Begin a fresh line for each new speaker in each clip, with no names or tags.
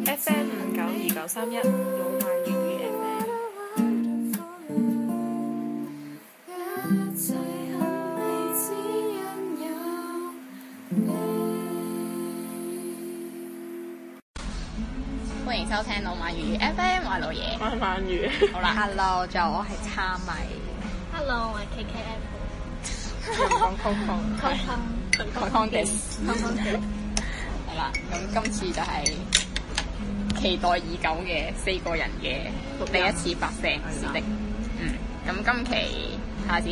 FM 五九二九三一老萬粵語 FM。
歡迎收聽《老馬粵語 FM》，我係老 爺。
慢慢語。
好啦，
Hello，仲有我係叉米，
Hello，我係 K K F，
講空空。
康康
康康地，
康康地，
好啦，咁今次就係期待已久嘅四個人嘅第一次發聲是的。嗯，咁今期下次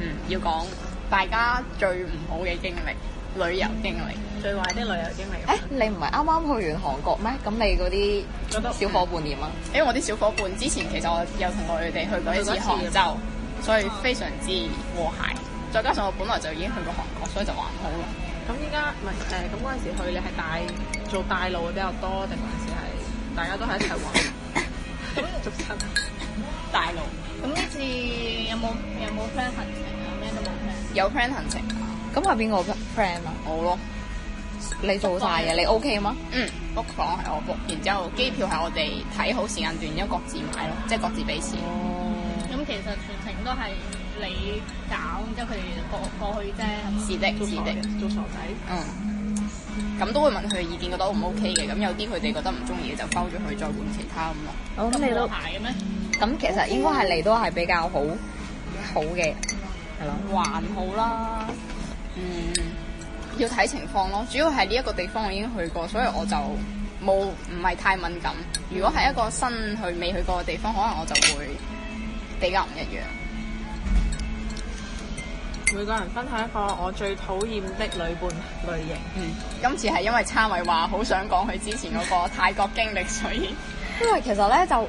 嗯要講大家最唔好嘅經歷，旅遊經歷。
最壞啲旅遊經歷。
誒，你唔係啱啱去完韓國咩？咁你
覺
嗰
得
啲小伙伴點啊？
因為我啲小伙伴之前其實我有同佢哋去過一次
去過一
杭
次啊
州，所以非常之和諧。再加上我本來就已經去過韓國，所以就還好啦。
咁依家唔係誒，咁嗰陣時去你係帶做帶路會比較多，定還是係大家都係一齊 玩？啊續親。
大陸。
咁呢次有冇有冇 plan 行程啊？咩都冇 plan。
有 friend 行程，
咁係邊個 friend 啊？
我咯，
你做晒嘅，你 OK 嗎？
嗯，book 房係我 book，然之後機票係我哋睇好時間段，一各自買咯，即係各自俾錢。
哦。
咁其實全程都係你搞，然之後佢哋過過去啫，係嘛？
是的，
做
是
傻
的，
嘅，做傻仔。
嗯。咁都會問佢意見，覺得 O 唔 OK 嘅。咁有啲佢哋覺得唔中意嘅就拋咗佢，再換其他咁咯。
咁
咁冇牌嘅咩？
咁其實應該係你都係比較好好嘅，係咯。
還好啦，嗯，要睇情況咯。主要係呢一個地方我已經去過，所以我就冇唔係太敏感。如果係一個新去未去過嘅地方，可能我就會比較唔一樣。
每個人分享一個我最討厭的旅伴類型。
嗯，今次係因為差偉話好想講佢之前嗰個泰國經歷，所以
因為其實咧就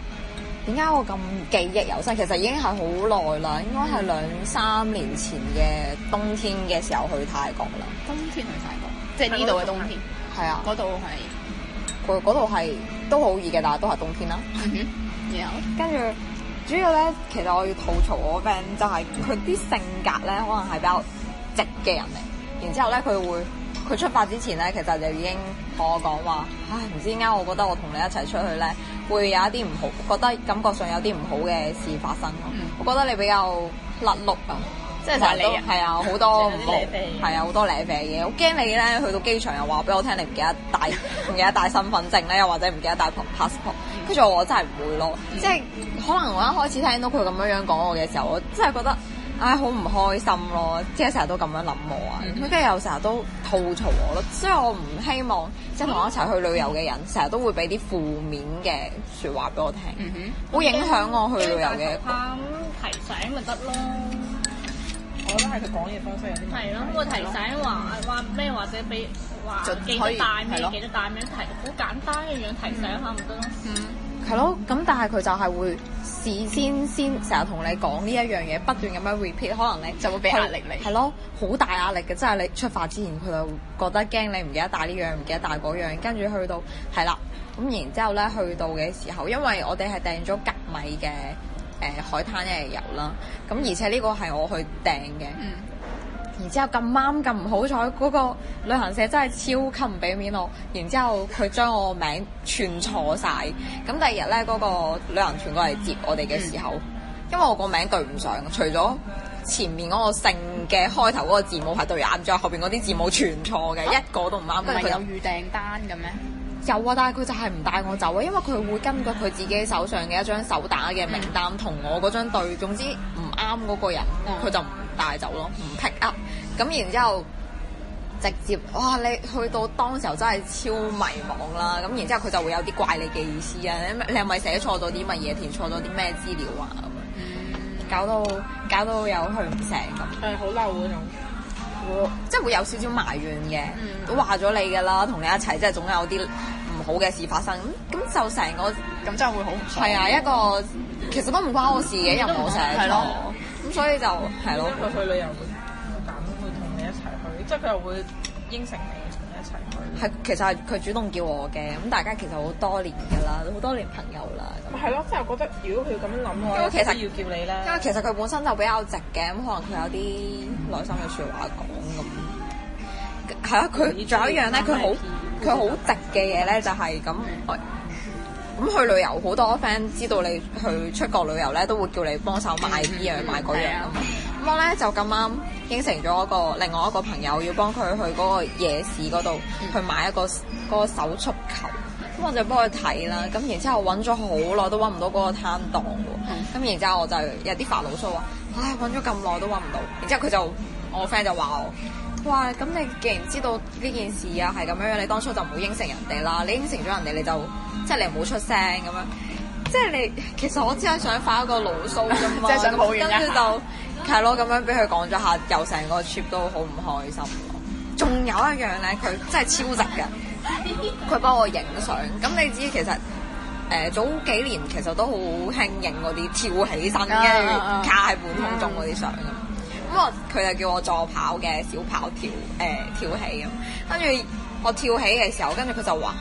點解我咁記憶猶新？其實已經係好耐啦，應該係兩三年前嘅冬天嘅時候去泰國啦。
冬天去泰國，即係呢度嘅冬天，
係啊，
嗰度係
佢嗰度係都好熱嘅，但係都係冬天啦。
嗯哼，然後
跟住主要咧，其實我要吐槽我個 friend 就係佢啲性格咧，可能係比較直嘅人嚟。然之後咧，佢會佢出發之前咧，其實就已經同我講話，唉，唔知點解我覺得我同你一齊出去咧，會有一啲唔好，覺得感覺上有啲唔好嘅事發生。
嗯
我覺得你比較甩碌啊！即係
話
成
你
日
啊
都係啊，好多唔
成日
好係
有啲瀨啡嘢
啊，好多瀨啡嘢。我驚你咧去到機場又話俾我聽，你唔記得 帶唔記得帶身份證咧，又或者唔記得帶 passport。跟住我真係唔會咯，
嗯
即係可能我一開始聽到佢咁樣樣講我嘅時候，我真係覺得唉好唔開心咯，即係成日都咁樣諗我啊，
嗯
跟住又成日都吐槽我咯，所以我唔希望即係同我一齊去旅遊嘅人，成日都會俾啲負面嘅説話俾我聽，
嗯哼，
會影響我去旅遊嘅。
咁提醒咪得咯，
我覺得係佢講嘢方式有啲問題
係咯，我提醒話話咩或者俾話
就
記
可以
得帶
係咯
咩，記得帶咩提，好簡單嘅樣提醒下咪得咯。
嗯
係咯，咁但係佢就係會事先先成日同你講呢一樣嘢，不斷咁樣 repeat，可能你
就會俾壓力你
係咯，好大壓力嘅，即係你出發之前佢就覺得驚你唔記得帶呢樣，唔記得帶嗰樣，跟住去到係啦，咁然之後咧去到嘅時候，因為我哋係訂咗格米嘅誒、呃海灘一日遊啦，咁而且呢個係我去訂嘅。
嗯，
然之後咁啱咁唔好彩，嗰、個旅行社真係超級唔俾面我。然之後佢將我名串錯晒。咁第二日咧，嗰、個旅行團過嚟接我哋嘅時候，因為我個名對唔上，除咗前面嗰個姓嘅開頭嗰個字母係對啱，仲有後邊嗰啲字母全錯嘅，一個都唔啱。
唔
跟住
係
佢
有
就
預訂單嘅咩？
有啊，但係佢就係唔帶我走啊，因為佢會根據佢自己手上嘅一張手打嘅名單同我嗰張對，總之唔啱嗰個人，
嗯
佢就唔帶走咯，唔 pick up。咁然之後直接哇，你去到當時候真係超迷茫啦。咁然之後佢就會有啲怪你嘅意思啊，你你係咪寫錯咗啲乜嘢，填錯咗啲咩資料啊咁樣，搞到搞到又去唔成咁。
係好嬲嗰種。
我即係會有少少埋怨嘅，
嗯
都話咗你㗎啦，同你一齊即係總有啲唔好嘅事發生，咁咁就成個
咁真係會好唔爽。
係啊一個其實都唔關我事嘅，因為我成日
係咯
錯，咁所以就係咯，
佢去旅遊會咁會同你一齊去，即係佢又會應承你同你一齊去。
係其實係佢主動叫我嘅，咁大家其實好多年㗎啦，好多年朋友啦。咁
係咯，即係我覺得如果佢咁樣諗我，
因為其實
要叫你
因為
啦。
其實佢本身就比較直嘅，咁可能佢有啲內心嘅説話講咁。係啊，佢仲有一樣咧，佢好佢好直嘅嘢咧，就係咁。嗯咁去旅遊好多 friend 知道你去出國旅遊咧，都會叫你幫手買呢樣買嗰樣
係啊。
咁我咧就咁啱應承咗一個另外一個朋友，要幫佢去嗰個夜市嗰度去買一個嗰個手足球。咁我就幫佢睇啦，咁然之後揾咗好耐都揾唔到嗰個攤檔喎。咁然之後我就有啲煩惱，所以話：唉，揾咗咁耐都揾唔到。然之後佢就我 friend 就話我。哇！咁你既然知道呢件事啊係咁樣樣，你當初就唔好應承人哋啦。你應承咗人哋，你就即係你唔好出聲咁樣。即係你其實我只係想發一個牢騷啫嘛，
即係想抱怨一啊下
跟住就係咯，咁樣俾佢講咗下，又成個 trip 都好唔開心咯。仲有一樣咧，佢真係超值嘅，佢幫我影相。咁你知其實誒、呃早幾年其實都好興影嗰啲跳起身
啊啊
跟
啊
住卡喺半空中嗰啲相咁。咁我佢就叫我助跑嘅小跑跳誒、呃跳起咁，跟住我跳起嘅時候，跟住佢就話：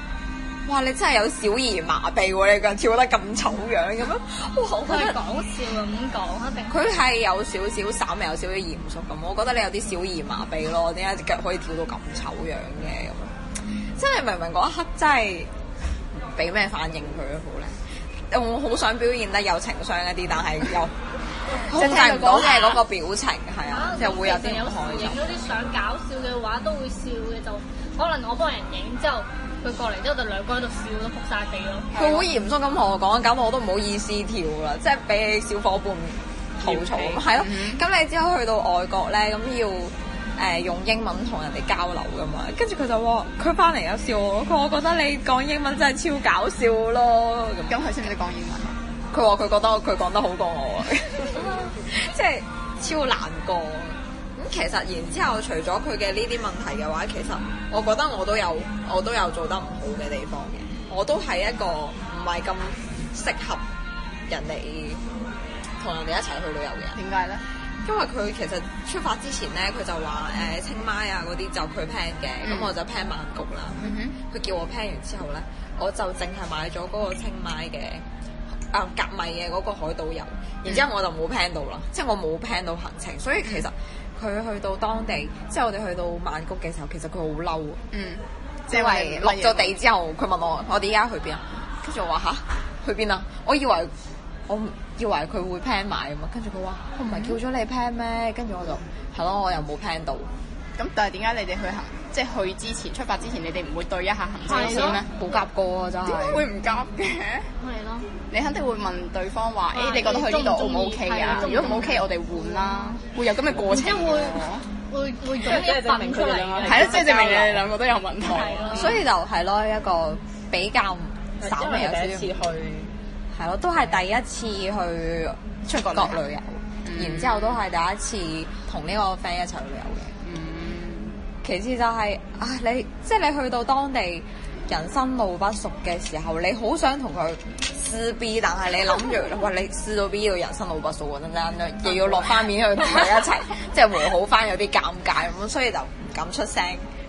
哇！你真係有小兒麻痹喎！你個人跳得咁醜樣咁樣，哇！我
佢
覺
係
得
講笑咁講，一定
佢係有少少稍微有少少嚴肅咁，我覺得你有啲小兒麻痹咯，點解只腳可以跳到咁醜樣嘅咁樣？真係明明嗰一刻真係俾咩反應佢啊好咧？我好想表現得有情商一啲，但係又控制唔到嘅嗰個表情，係啊，就會有啲唔開心
影。嗰啲相搞笑嘅話都會笑嘅，就可能我幫人影之後，佢過嚟之後，就兩個喺度笑都仆晒地咯。
佢好嚴肅咁同我講，咁我都唔好意思跳啦，即係俾小伙伴吐槽咁，係咯。咁你之後去到外國咧，咁要誒、呃用英文同人哋交流噶嘛，跟住佢就話佢翻嚟有笑我，佢話我覺得你講英文真係超搞笑咯咁。
咁佢識唔識講英文？
佢話佢覺得佢講得好過我，啊即係超難過。咁其實然之後，除咗佢嘅呢啲問題嘅話，其實我覺得我都有我都有做得唔好嘅地方嘅，我都係一個唔係咁適合人哋同人哋一齊去旅遊嘅人。
點解咧？
因為佢其實出發之前咧，佢就話誒、清邁啊嗰啲就佢 plan 嘅，咁、
嗯
我就 plan 曼谷啦。
嗯
佢叫我 plan 完之後咧，我就淨係買咗嗰個清邁嘅啊夾米嘅嗰個海島遊，然之後我就冇 plan 到啦，即係我冇 plan 到行程，所以其實佢去到當地，即係我哋去到曼谷嘅時候，其實佢好嬲啊，
嗯，
因為落
啊
咗地之後，佢問我我哋而家去邊啊？跟住我話吓，去邊啊？我以為我唔以為佢會 plan 埋啊嘛，跟住佢話我唔係叫咗你 plan 咩？跟住我就係咯，我又冇 plan 到，啊
咁，但係點解你哋去行，即係去之前出發之前，你哋唔會對一下行程
係
先
咯
咩？
冇夾過啊真
點解
係。
會唔夾嘅？
係咯，
你肯定會問對方話：，誒、
啊
你覺得去呢度 O
你中唔
唔
中意
O K
係
啊
啊？中唔
如果唔 O
中
K，
意
我哋換啦，會有咁嘅過程
然之後
喎。
會會會做一
即係證
份
明佢
出
哋
嚟
兩個
嘅。啊
係咯，即係證明你
交
哋
流
兩個都有問題。
係咯
所以就係啊咯一個比較稍
因
微有
為
少
第一
少
次去，
係咯，都係第一次去出國旅遊，
嗯
然之後都係第一次同呢個 friend 一齊去旅遊嘅。
嗯，
其次就係、啊，你即係你去到當地人生路不熟嘅時候，你好想同佢撕 B，但係你諗住，喂，你撕到 B 到人生路不熟喎，真真又要落翻面去同佢 一齊，即係和好翻，有啲尷尬咁，所以就唔敢出聲。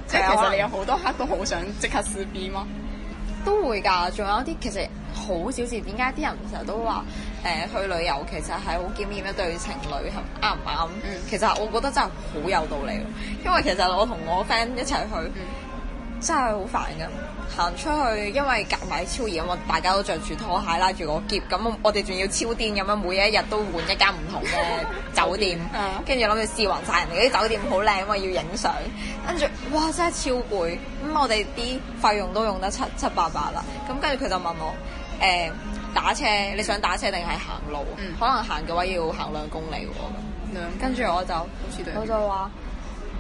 即係其實你有好多刻都好想即刻撕 B 嗎？
都會㗎，仲有啲其實好小事。點解啲人成日都話誒、去旅遊其實係好檢驗一對情侶係啱唔啱？
嗯
其實我覺得真係好有道理咯，因為其實我同我 friend 一齊去，真係好煩㗎。行出去，因為夾埋超熱啊嘛，大家都着住拖鞋拉住個喼，咁我哋仲要超癲咁樣，每一日都換一間唔同嘅酒店
嗯，
跟住諗住試勻晒人哋啲酒店好靚啊嘛，要影相，跟住哇真係超攰，咁我哋啲費用都用得七七八八啦，咁跟住佢就問我誒、打車你想打車定係行路？
嗯
可能行嘅話要行兩公里喎。
兩
跟住我就
似都係
我就話，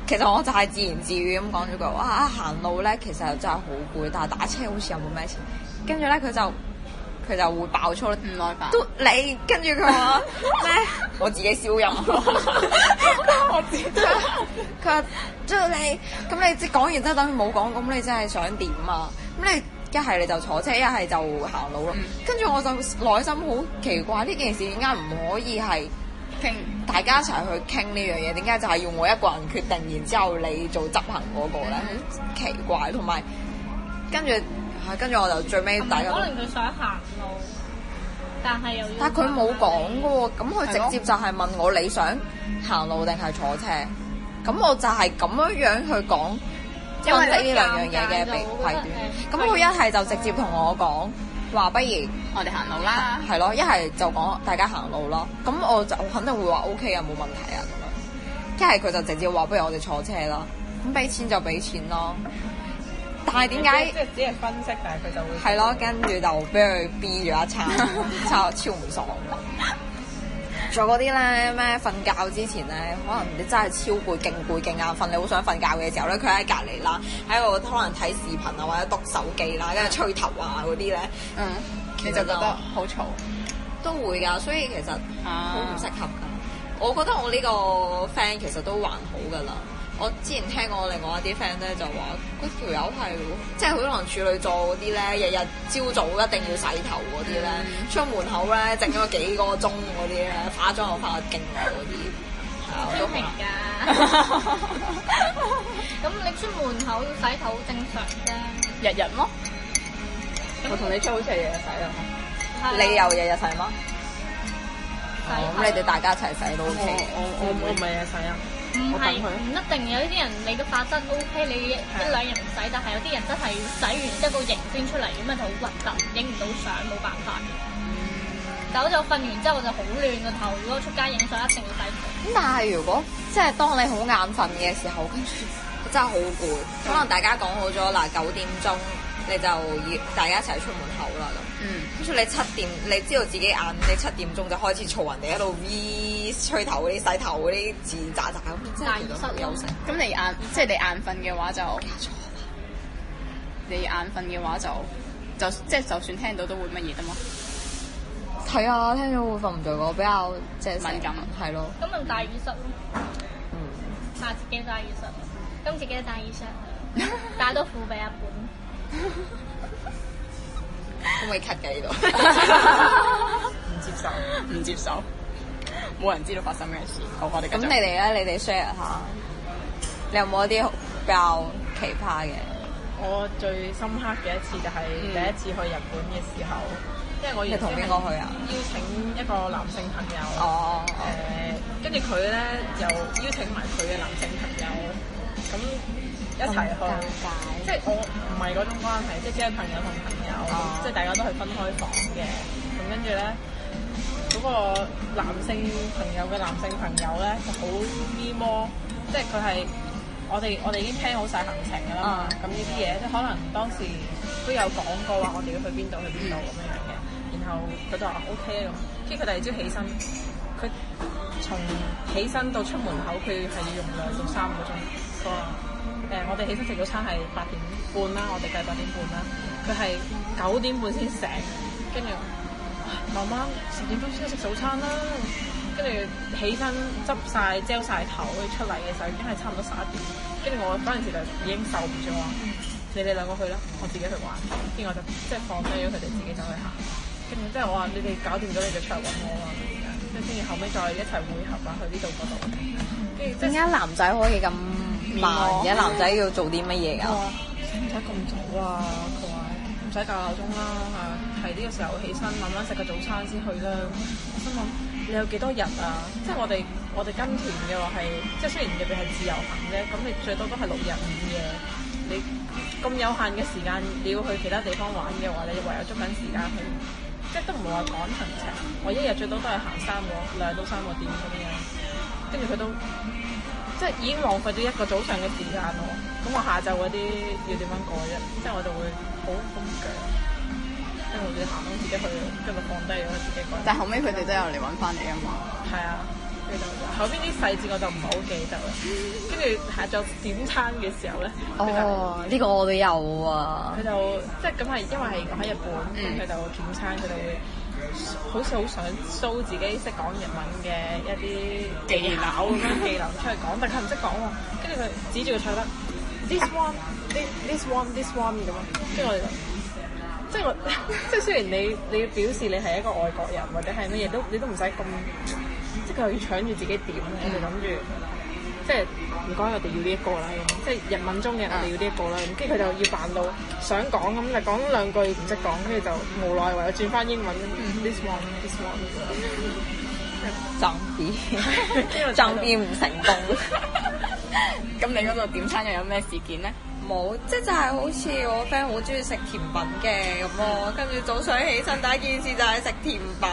其實我就係自言自語咁講咗句話，啊行路咧其實真係好攰，但係打車好似又冇咩錢。跟住咧佢 就佢就會爆粗啦，
唔耐煩。
嘟你！跟住佢話咩？我自己笑飲。 我自己佢話嘟你，咁你即係講完之後等於冇講，咁你真係想點啊？咁你一係你就坐車，一係就行路咯
嗯。
跟住、我就內心好奇怪，呢件事點解唔可以係？
傾
大家一齊去傾呢樣嘢，點解就係要我一個人決定，然之後你做執行嗰個咧？好奇怪，同埋跟住係跟住我就最尾大家都，
可能佢想行路，但係又要
但係佢冇講噶喎，咁
係咯
佢直接就係問我你想行路定係坐車，咁我就係咁樣樣去講。分
因為
析呢兩樣嘢嘅弊
尷尬就
弊
我覺得
端
係。
咁佢一係就直接同我講話，不如。
我哋行路啦。
係咯，一係就講大家行路咯。咁我就肯定會話 O K 啊，冇問題啊咁樣。一係佢就直接話不如我哋坐車啦，咁俾錢就俾錢咯。但係 點解
即係只係分析，但係佢就會
係咯？跟住就俾佢 B 咗一餐， 超超唔爽。仲有嗰啲咧咩瞓覺之前咧，可能你真係超攰、勁攰、勁眼瞓，你好想瞓覺嘅時候咧，佢喺隔離啦，喺度可能睇視頻啊，或者篤手機啦，跟住吹頭啊嗰啲咧，
嗯，你就覺得好嘈
都會㗎。所以其實
啊
好唔適合㗎。我覺得我呢個 friend 其實都還好㗎啦。我之前聽過另外一啲 friend 咧就話，嗰條友係即係可能處女座嗰啲咧，日日朝早一定要洗頭嗰啲咧，出門口咧整咗幾個鐘嗰啲咧，化妝又化得勁耐嗰啲，啊係啊，我都
都明㗎。 咁你出門口要洗頭好正常啫。
日日咯。
我同你出好似係日日洗啦。
係啊
你又日日洗嗎？
洗
哦
頭
咁你哋大家一齊洗都
我
OK 嘅。
我我我唔係日日洗啊。
唔
我
係
等佢
唔一定有啲人你嘅髮質 O K，你一一兩日唔洗，但係有啲人真係洗完一個型先出嚟，咁咪就好核突，影唔到相，冇辦法。但我就瞓完之後我就好亂個頭，如果出街影相一定要洗頭。
咁但係如果即係當你好眼瞓嘅時候，跟住 真係好攰，可能大家講好咗嗱九點鐘你就要大家一齊出門口啦咁，
嗯，
跟住你七點你知道自己晏，你七點鐘就開始嘈人哋喺度 V 吹頭嗰啲洗頭嗰啲字喳喳咁，真係覺得好休息。
咁你眼即係你眼瞓嘅話就，你眼瞓嘅話就就即係就算聽到都會乜嘢㗎嘛。
係啊，聽咗會瞓唔着個，比較即係
敏感
係咯，
咁咪戴耳塞咯，
嗯，
下次記得戴耳塞，今次記得戴耳塞，戴到副俾阿本。
可唔可以 cut 嘅呢度？
唔接受，唔接受，冇人知道發生咩事。好，我哋繼
咁
續
你哋咧，你哋 share 下，你有冇一啲比較奇葩嘅？
我最深刻嘅一次就係
嗯
第一次去日本嘅時候，因為我
你
原
同邊
先
個去啊？
邀請一個男性朋友，誒、
哦，
呃跟住佢咧又邀請埋佢嘅男性朋友，咁一齊去，即係我唔係嗰種關係，即係只係朋友同朋友，
哦
即係大家都係分開房嘅，咁跟住咧。嗰個男性朋友嘅男性朋友咧就好咪魔，即係佢係我哋我哋已經 plan 好晒行程㗎啦嘛，咁呢啲嘢即係可能當時都有講過話我哋要去邊度去邊度咁樣樣嘅，然後佢就話 O K 咁，跟住佢第二朝起身，佢從起身到出門口佢係要用兩到三個鐘，佢話誒我哋起身食早餐係八點半啦，我哋計八點半啦，佢係九點半先醒，跟住。媽媽十點鐘先食早餐啦，跟住起身執晒、遮晒頭出嚟嘅時候已經係差唔多十一點，跟住我嗰陣時就已經受唔住我話，嗯你哋兩個去啦，我自己去玩，跟住我就即係放低咗佢哋自己走去行，跟住即係我話你哋搞掂咗你就出嚟揾我啊咁樣，即係跟住後尾再一齊會合啊去呢度嗰度，跟住即係
點解男仔可以咁慢？而家男仔要做啲乜嘢啊
佢
㗎？
話使唔使咁早啊？佢話唔使教鬧鐘啦，係呢個時候起身，慢慢食個早餐先去啦。我心諗你有幾多日啊？即係我哋我哋跟團嘅話係，即係雖然入邊係自由行啫，咁你最多都係六日五夜。你咁有限嘅時間，你要去其他地方玩嘅話，你唯有捉緊時間去，即係都唔係話趕行程。我一日最多都係行三個兩到三個點咁樣，跟住佢都。即係已經浪費咗一個早上嘅時間咯。咁我下晝嗰啲要點樣改啫？即係我就會好咁腳，即係我哋行到自己去，跟住就放低咗自己一個人。
但後尾佢哋都有嚟揾翻你啊嘛。
係啊，跟住就後邊啲細節我就唔係好記得啦。跟住下晝點餐嘅時候咧，佢就
哦，呢個我都有 啊
佢。就即係咁係因為係我喺日本，咁佢就點餐佢就會好似好想 show 自己識講日文嘅一啲技巧咁樣技能出去講，但係佢唔識講喎。跟住佢指住個菜單，this one, this this one, this one 咁樣，跟住我哋就。即係我， 即係雖然你你要表示你係一個外國人或者係乜嘢都你都唔使咁，即係佢又要搶住自己點，我就諗住即係唔該我哋要呢一個啦咁，即係日文中嘅我哋要呢一個啦咁，跟住佢就要扮到想講咁，就講兩句唔識講，跟住就無奈唯有轉翻英文，this one this one 咁樣
爭 啲，爭啲唔成功。
咁你嗰度點餐又有咩事件咧？
冇
冇，即係就係好似我 friend 好中意食甜品嘅咁咯，跟住早上起身第一件事就係食甜品，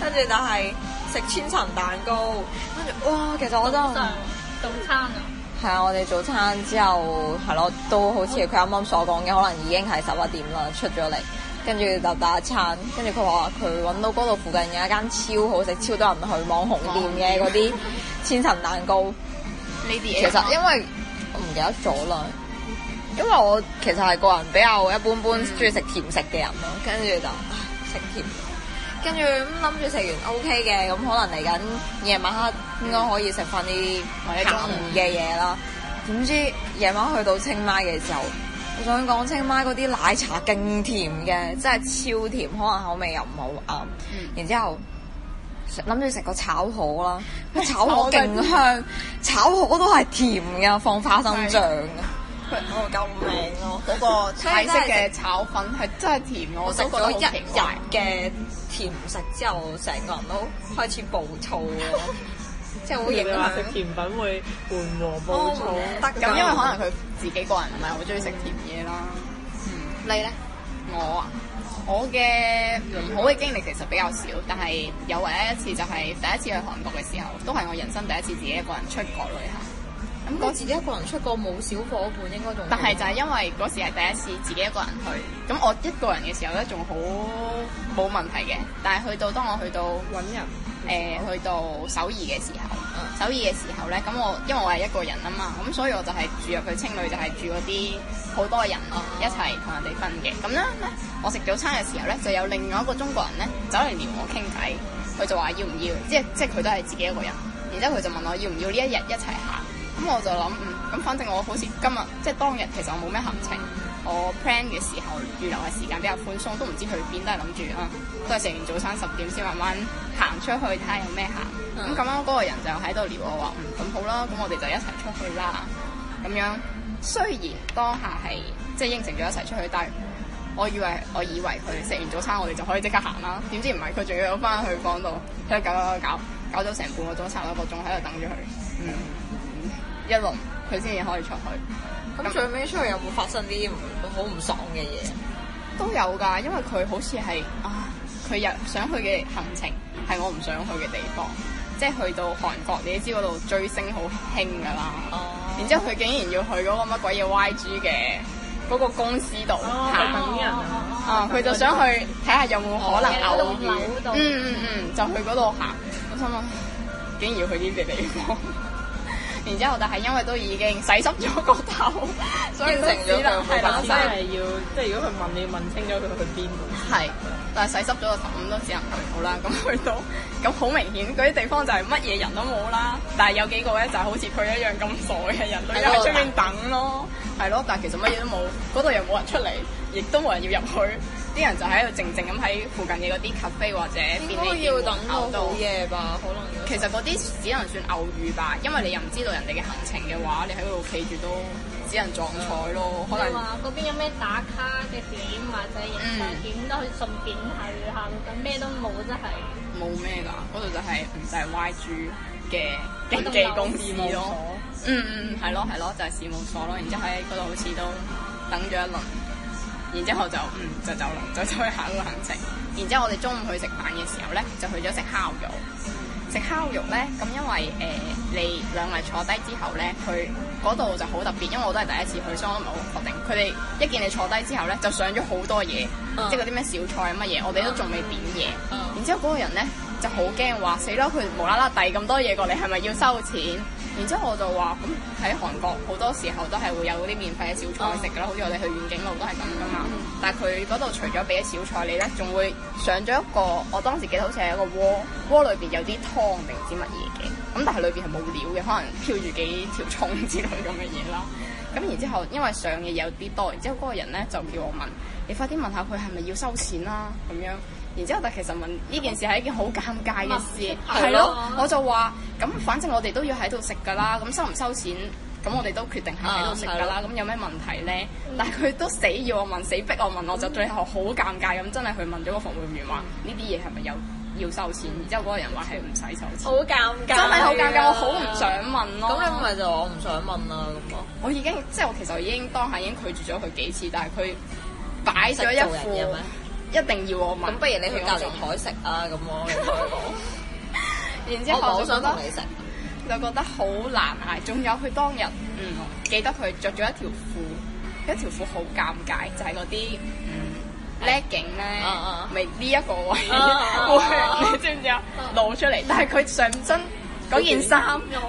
跟住就係食千層蛋糕，跟住哇，其實我都
早上早餐啊，
係啊，我哋早餐之後係咯，都好似佢啱啱所講嘅，可能已經係十一點啦，出咗嚟，跟住就打一餐，跟住佢話佢揾到嗰度附近有一間超好食、超多人去網紅店嘅嗰啲千層蛋糕。
呢啲
其
嘢
實因為我唔記得咗啦，因為我其實係個人比較一般般，中意食甜食嘅人咯，跟住就唉食甜。跟住咁諗住食完 O K 嘅，咁可能嚟緊夜晚黑應該可以食翻啲
或者
鹹
中午
嘅嘢啦。點知夜晚去到清邁嘅時候，我想講清邁嗰啲奶茶勁甜嘅，真係超甜，可能口味又唔好啱。啊
嗯
然之後諗住食個炒河 啦，個炒河勁香，炒河都係甜嘅，放花生醬嘅。
哦
我救命咯！嗰、 個
泰式嘅炒粉係真係甜嘅，
我
我
食
都覺得
咗
好
一
奇
日
怪。
嘅甜食之後，成個人都開始暴躁咯， 即係好
你
啊
影哦
話食
響。
甜品會緩和暴躁，
得
咁因為可能佢自己個人唔係好中意食甜嘢啦。嗯，
你咧，
我啊，我嘅唔好嘅經歷其實比較少，但係有唯一一次就係第一次去韓國嘅時候，都係我人生第一次自己一個人出國旅行。
咁我自己一個人出過冇小伙伴，應該仲
但係就係因為嗰時係第一次自己一個人去，咁我一個人嘅時候咧仲好冇問題嘅，但係去到當我去到
揾人
誒、去到首爾嘅時候，首爾嘅時候咧，咁我因為我係一個人啊嘛，咁所以我就係住入去青旅，就係住嗰啲好多人咯，一齊同人哋瞓嘅。咁咧咧，我食早餐嘅時候咧，就有另外一個中國人咧走嚟撩我傾偈，佢就話要唔要，即係即係佢都係自己一個人，然之後佢就問我要唔要呢一日一齊行。咁我就諗，嗯，咁反正我好似今日即係當日，其實我冇咩行程，我 plan 嘅時候預留嘅時間比較寬鬆，都唔知去邊，都係諗住啊，都係食完早餐十點先慢慢行出去睇下有咩行。咁咁啱嗰個人就喺度撩我話，嗯，咁好啦，咁我哋就一齊出去啦。咁樣雖然當下係即係應承咗一齊出去，但係我以為我以為佢食完早餐我哋就可以即刻行啦，點知唔係，佢仲要翻去房度喺度搞搞搞搞咗成半個鐘，差唔多一個鐘喺度等咗佢。嗯。一輪，佢先至可以出去。
咁最尾出去有冇發生啲好唔爽嘅嘢？
都有㗎，因為佢好似係啊，佢又想去嘅行程係我唔想去嘅地方，即係去到韓國，你都知嗰度追星好興㗎啦。
哦
然之後佢竟然要去嗰個乜鬼嘢 YG 嘅嗰個公司度
哦，
行。
等人啊，
啊，佢就想去睇下有冇可能偶遇
哦喺嗰度，
嗯嗯嗯，就去嗰度行。我心諗，竟然要去呢啲地方。然之後，但係因為都已經洗濕咗個頭，所以都
應承咗
只能
佢
係啦
但，
洗
真係要即係如果佢問你問清楚佢去邊度，
係，但係洗濕咗個頭咁都只能去好啦。咁去到咁好明顯，嗰啲地方就係乜嘢人都冇啦。但係有幾個咧就好似佢一樣咁傻嘅人，都
喺
喺
度
出邊等咯，係咯。但係其實乜嘢都冇，嗰度又冇人出嚟，亦都冇人要入去。啲人就喺度靜靜咁喺附近嘅嗰啲 cafe 或者便
應該
利店
要
門
等到
口
好
度。
夜吧，可能要
其實嗰啲只能算偶遇吧，因為你又唔知道人哋嘅行程嘅話，你喺嗰度企住都只能撞彩咯，可
你
能。
話嗰邊有咩打卡嘅點或者影相點都可以順便睇下，咁咩都冇真係。
冇咩㗎，嗰度就係唔就係 YG 嘅經紀公司咯。嗯嗯，係咯係咯，就係、事務所咯。然之後喺嗰度好似都等咗一輪，然之後就嗯就走啦，就走去下一個行程。然之後我哋中午去食飯嘅時候咧，就去咗食烤肉。食烤肉咧，咁因為誒、呃你兩位坐低之後咧，佢嗰度就好特別，因為我都係第一次去，所以我都唔係好確定。佢哋一見你坐低之後咧，就上咗好多嘢，
嗯
即係嗰啲咩小菜乜嘢，我哋都仲未點嘢。
嗯
然之後嗰個人咧就好驚，話死啦！佢無啦啦遞咁多嘢過嚟，係咪要收錢？然之後我就話咁喺韓國好多時候都係會有嗰啲免費嘅小菜食㗎啦，好似我哋去遠景路都係咁㗎嘛。但係佢嗰度除咗俾小菜你咧，仲會上咗一個，我當時記得好似係一個鍋，鍋裏邊有啲湯定唔知乜嘢嘅，咁但係裏邊係冇料嘅，可能漂住幾條葱之類咁嘅嘢啦。咁然之後，因為上嘅有啲多，然之後嗰個人咧就叫我問，你快啲問下佢係咪要收錢啦、咁樣。然之後，但其實問呢件事係一件好尷尬嘅事，係咯。我就話咁，反正我哋都要喺度食㗎啦，咁收唔收錢，咁我哋都決定係喺度食㗎啦。咁有咩問題咧？但係佢都死要我問，死逼我問，我就最後好尷尬咁，真係去問咗個服務員話：呢啲嘢係咪有要收錢，然之後嗰個人話係唔使收錢
好，尷尬，
真
啊
係好尷尬，我好唔想問咯。
咁你咪就話我唔啊想問啦咁啊咯。
我已經即係我其實已經當下已經拒絕咗佢幾次，但係佢擺咗一副
識做人嘅咩
一定要我問。
咁不如你去隔離台食啊咁咯，你同佢
台，然之
講。
後我
我唔
就覺
想
得
同你食，
就覺得好難捱。仲有佢當日，嗯，記得佢着咗一條褲，一條褲好尷尬，就係嗰啲嗯 legging 咧
啊啊，
咪呢一個位
啊啊啊
會，你知唔知啊？露出嚟，但係佢上身嗰件衫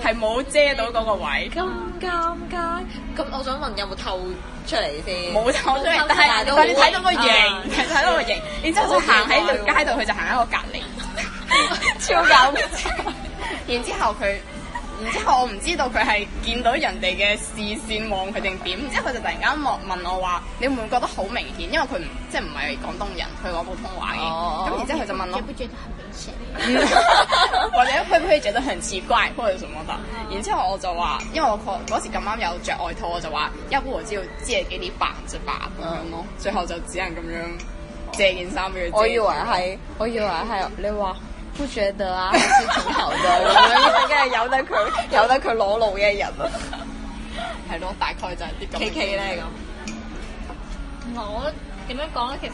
係冇遮到嗰個位。
咁尷尬。咁我想問有冇透出嚟先？
冇走出嚟，但係但係你睇到啊個型，睇到個型，然之後就行喺條街度，佢就行啊喺我隔離， 超搞笑。 然之後佢，然之後我唔知道佢係見到人哋嘅視線望佢定點，然之後佢就突然間望問我話：你會唔會覺得好明顯？因為佢唔即係唔係廣東人，佢講普通話嘅。
哦
咁然之後佢就問我
你。不覺得很危險？
或者會不會覺得很奇怪或者什麼的？
嗯
然之後我就話，因為我嗰嗰時咁啱有着外套，我就話，要不我就借給你綁着吧咁樣咯。最後就只能咁樣借件衫俾佢。
嗯我以為係，我以為係你話不覺得 啊，還是挺好的咁樣，梗係由得佢， 由得佢裸露嘅人啊。
係咯，大概就係啲咁。
K K 咧咁，
同埋我點樣講咧？其實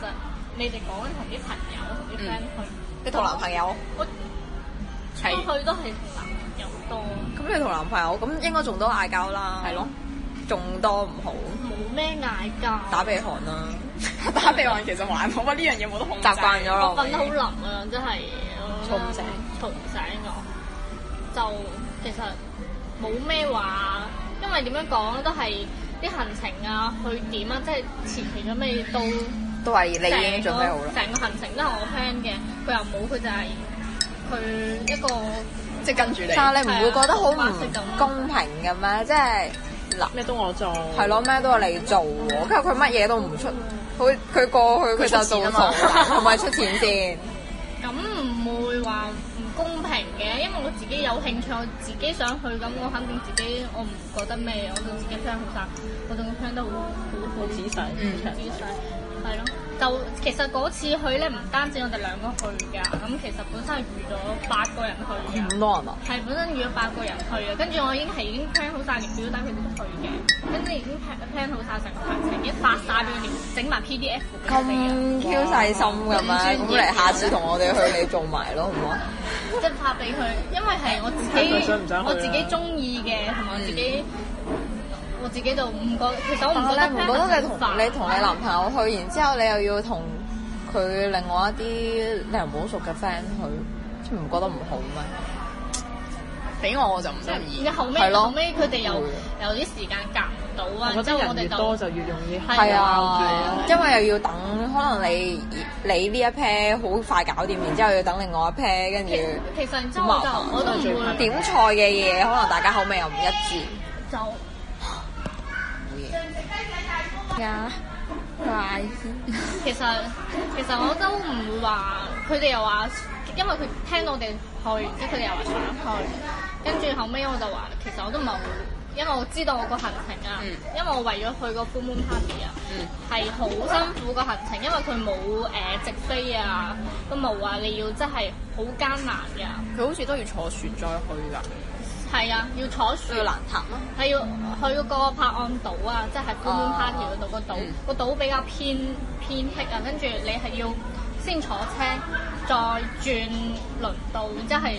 你哋講緊同啲朋友、同啲 friend 去，
你同男朋友，
我
係
我去都係同男朋友多，
咁你同男朋友，咁應該仲多嗌交啦。
係咯，
仲多唔好，
冇咩嗌交，
打鼻鼾啦，
打鼻鼾其實還好，不過呢樣嘢冇得控制。
習慣咗咯。
我瞓得好冧啊，真係
嘈唔醒，
嘈唔醒我。就其實冇咩話，因為點樣講都係啲行程啊，去點啊，即係前期準備到
都係你已經準備好啦。
成個行程都係我 plan 嘅，佢又冇，佢就係佢一個
即係跟住你。
但係你唔會覺得好唔
係啊白色咁
公平嘅咩？即係嗱，
咩都我做，
係咯，咩都係你做喎，跟住佢乜嘢都唔出，佢佢過去佢就做
佢出錢啊嘛
同埋出錢先。
咁唔會話唔公平嘅，因為我自己有興趣，我自己想去，咁我肯定自己我唔覺得咩，我對自己 plan 好晒，我對我 plan 得好好
好
好
仔細，
嗯
好詳
仔細，係咯。就其實嗰次去咧，唔單止我哋兩個去㗎，咁其實本身係預咗八個人去㗎。
咁多人啊？
係本身約八個人去嘅，跟住我已經係已經 plan 好晒連表單佢哋都去嘅，跟住已經 plan plan 好晒成個行程，已經發晒俾佢哋，整埋 PDF 俾佢哋啊，
咁 Q 細心嘅咩？
咁專業
咁嚟下次同我哋去，你做埋咯，好啊唔好？
即係發俾佢，因為係我自
睇佢想唔
己
想去啊
我自己中意嘅，同埋我自己我自己就唔覺，其實我唔
但係
覺得
你唔覺得你同
plan 好煩
你同你男朋友去，然之後你又要同佢另外一啲你又唔好熟嘅 friend 去，唔覺得唔好咩？
俾我我就唔中
即
意
係。後
係
尾
咯
後尾佢哋又
會
有啲時間夾唔到啊，
我覺
之後
得
我
人越
哋
多
就
就越容易
係
係
拗
啊
住，
因為又要等，可能你你呢一 pair 好快搞掂，然之後要等另外一 pair，跟住
其其實然之後我就我都唔會
點菜嘅嘢，可能大家口味又唔一致。
就
啊，快
其實其實我都唔會話，佢哋又話，因為佢聽到我哋去，然之後佢哋又話想去，跟住後尾我就話，其實我都唔係好，因為我知道我個行程啊，
嗯
因為我為咗去個 full moon party 啊
嗯，
係好、辛苦個行程，因為佢冇誒直飛啊，都冇話你要真係好艱難㗎，
佢好似都要坐船再去㗎。
係啊，要坐船。
嗯
塔咯，
係要去嗰個拍岸島啊，即係 full moon party 嗰度個島
嗯，
個島比較偏偏僻啊，跟住你係要先坐車，再轉輪渡，然之後係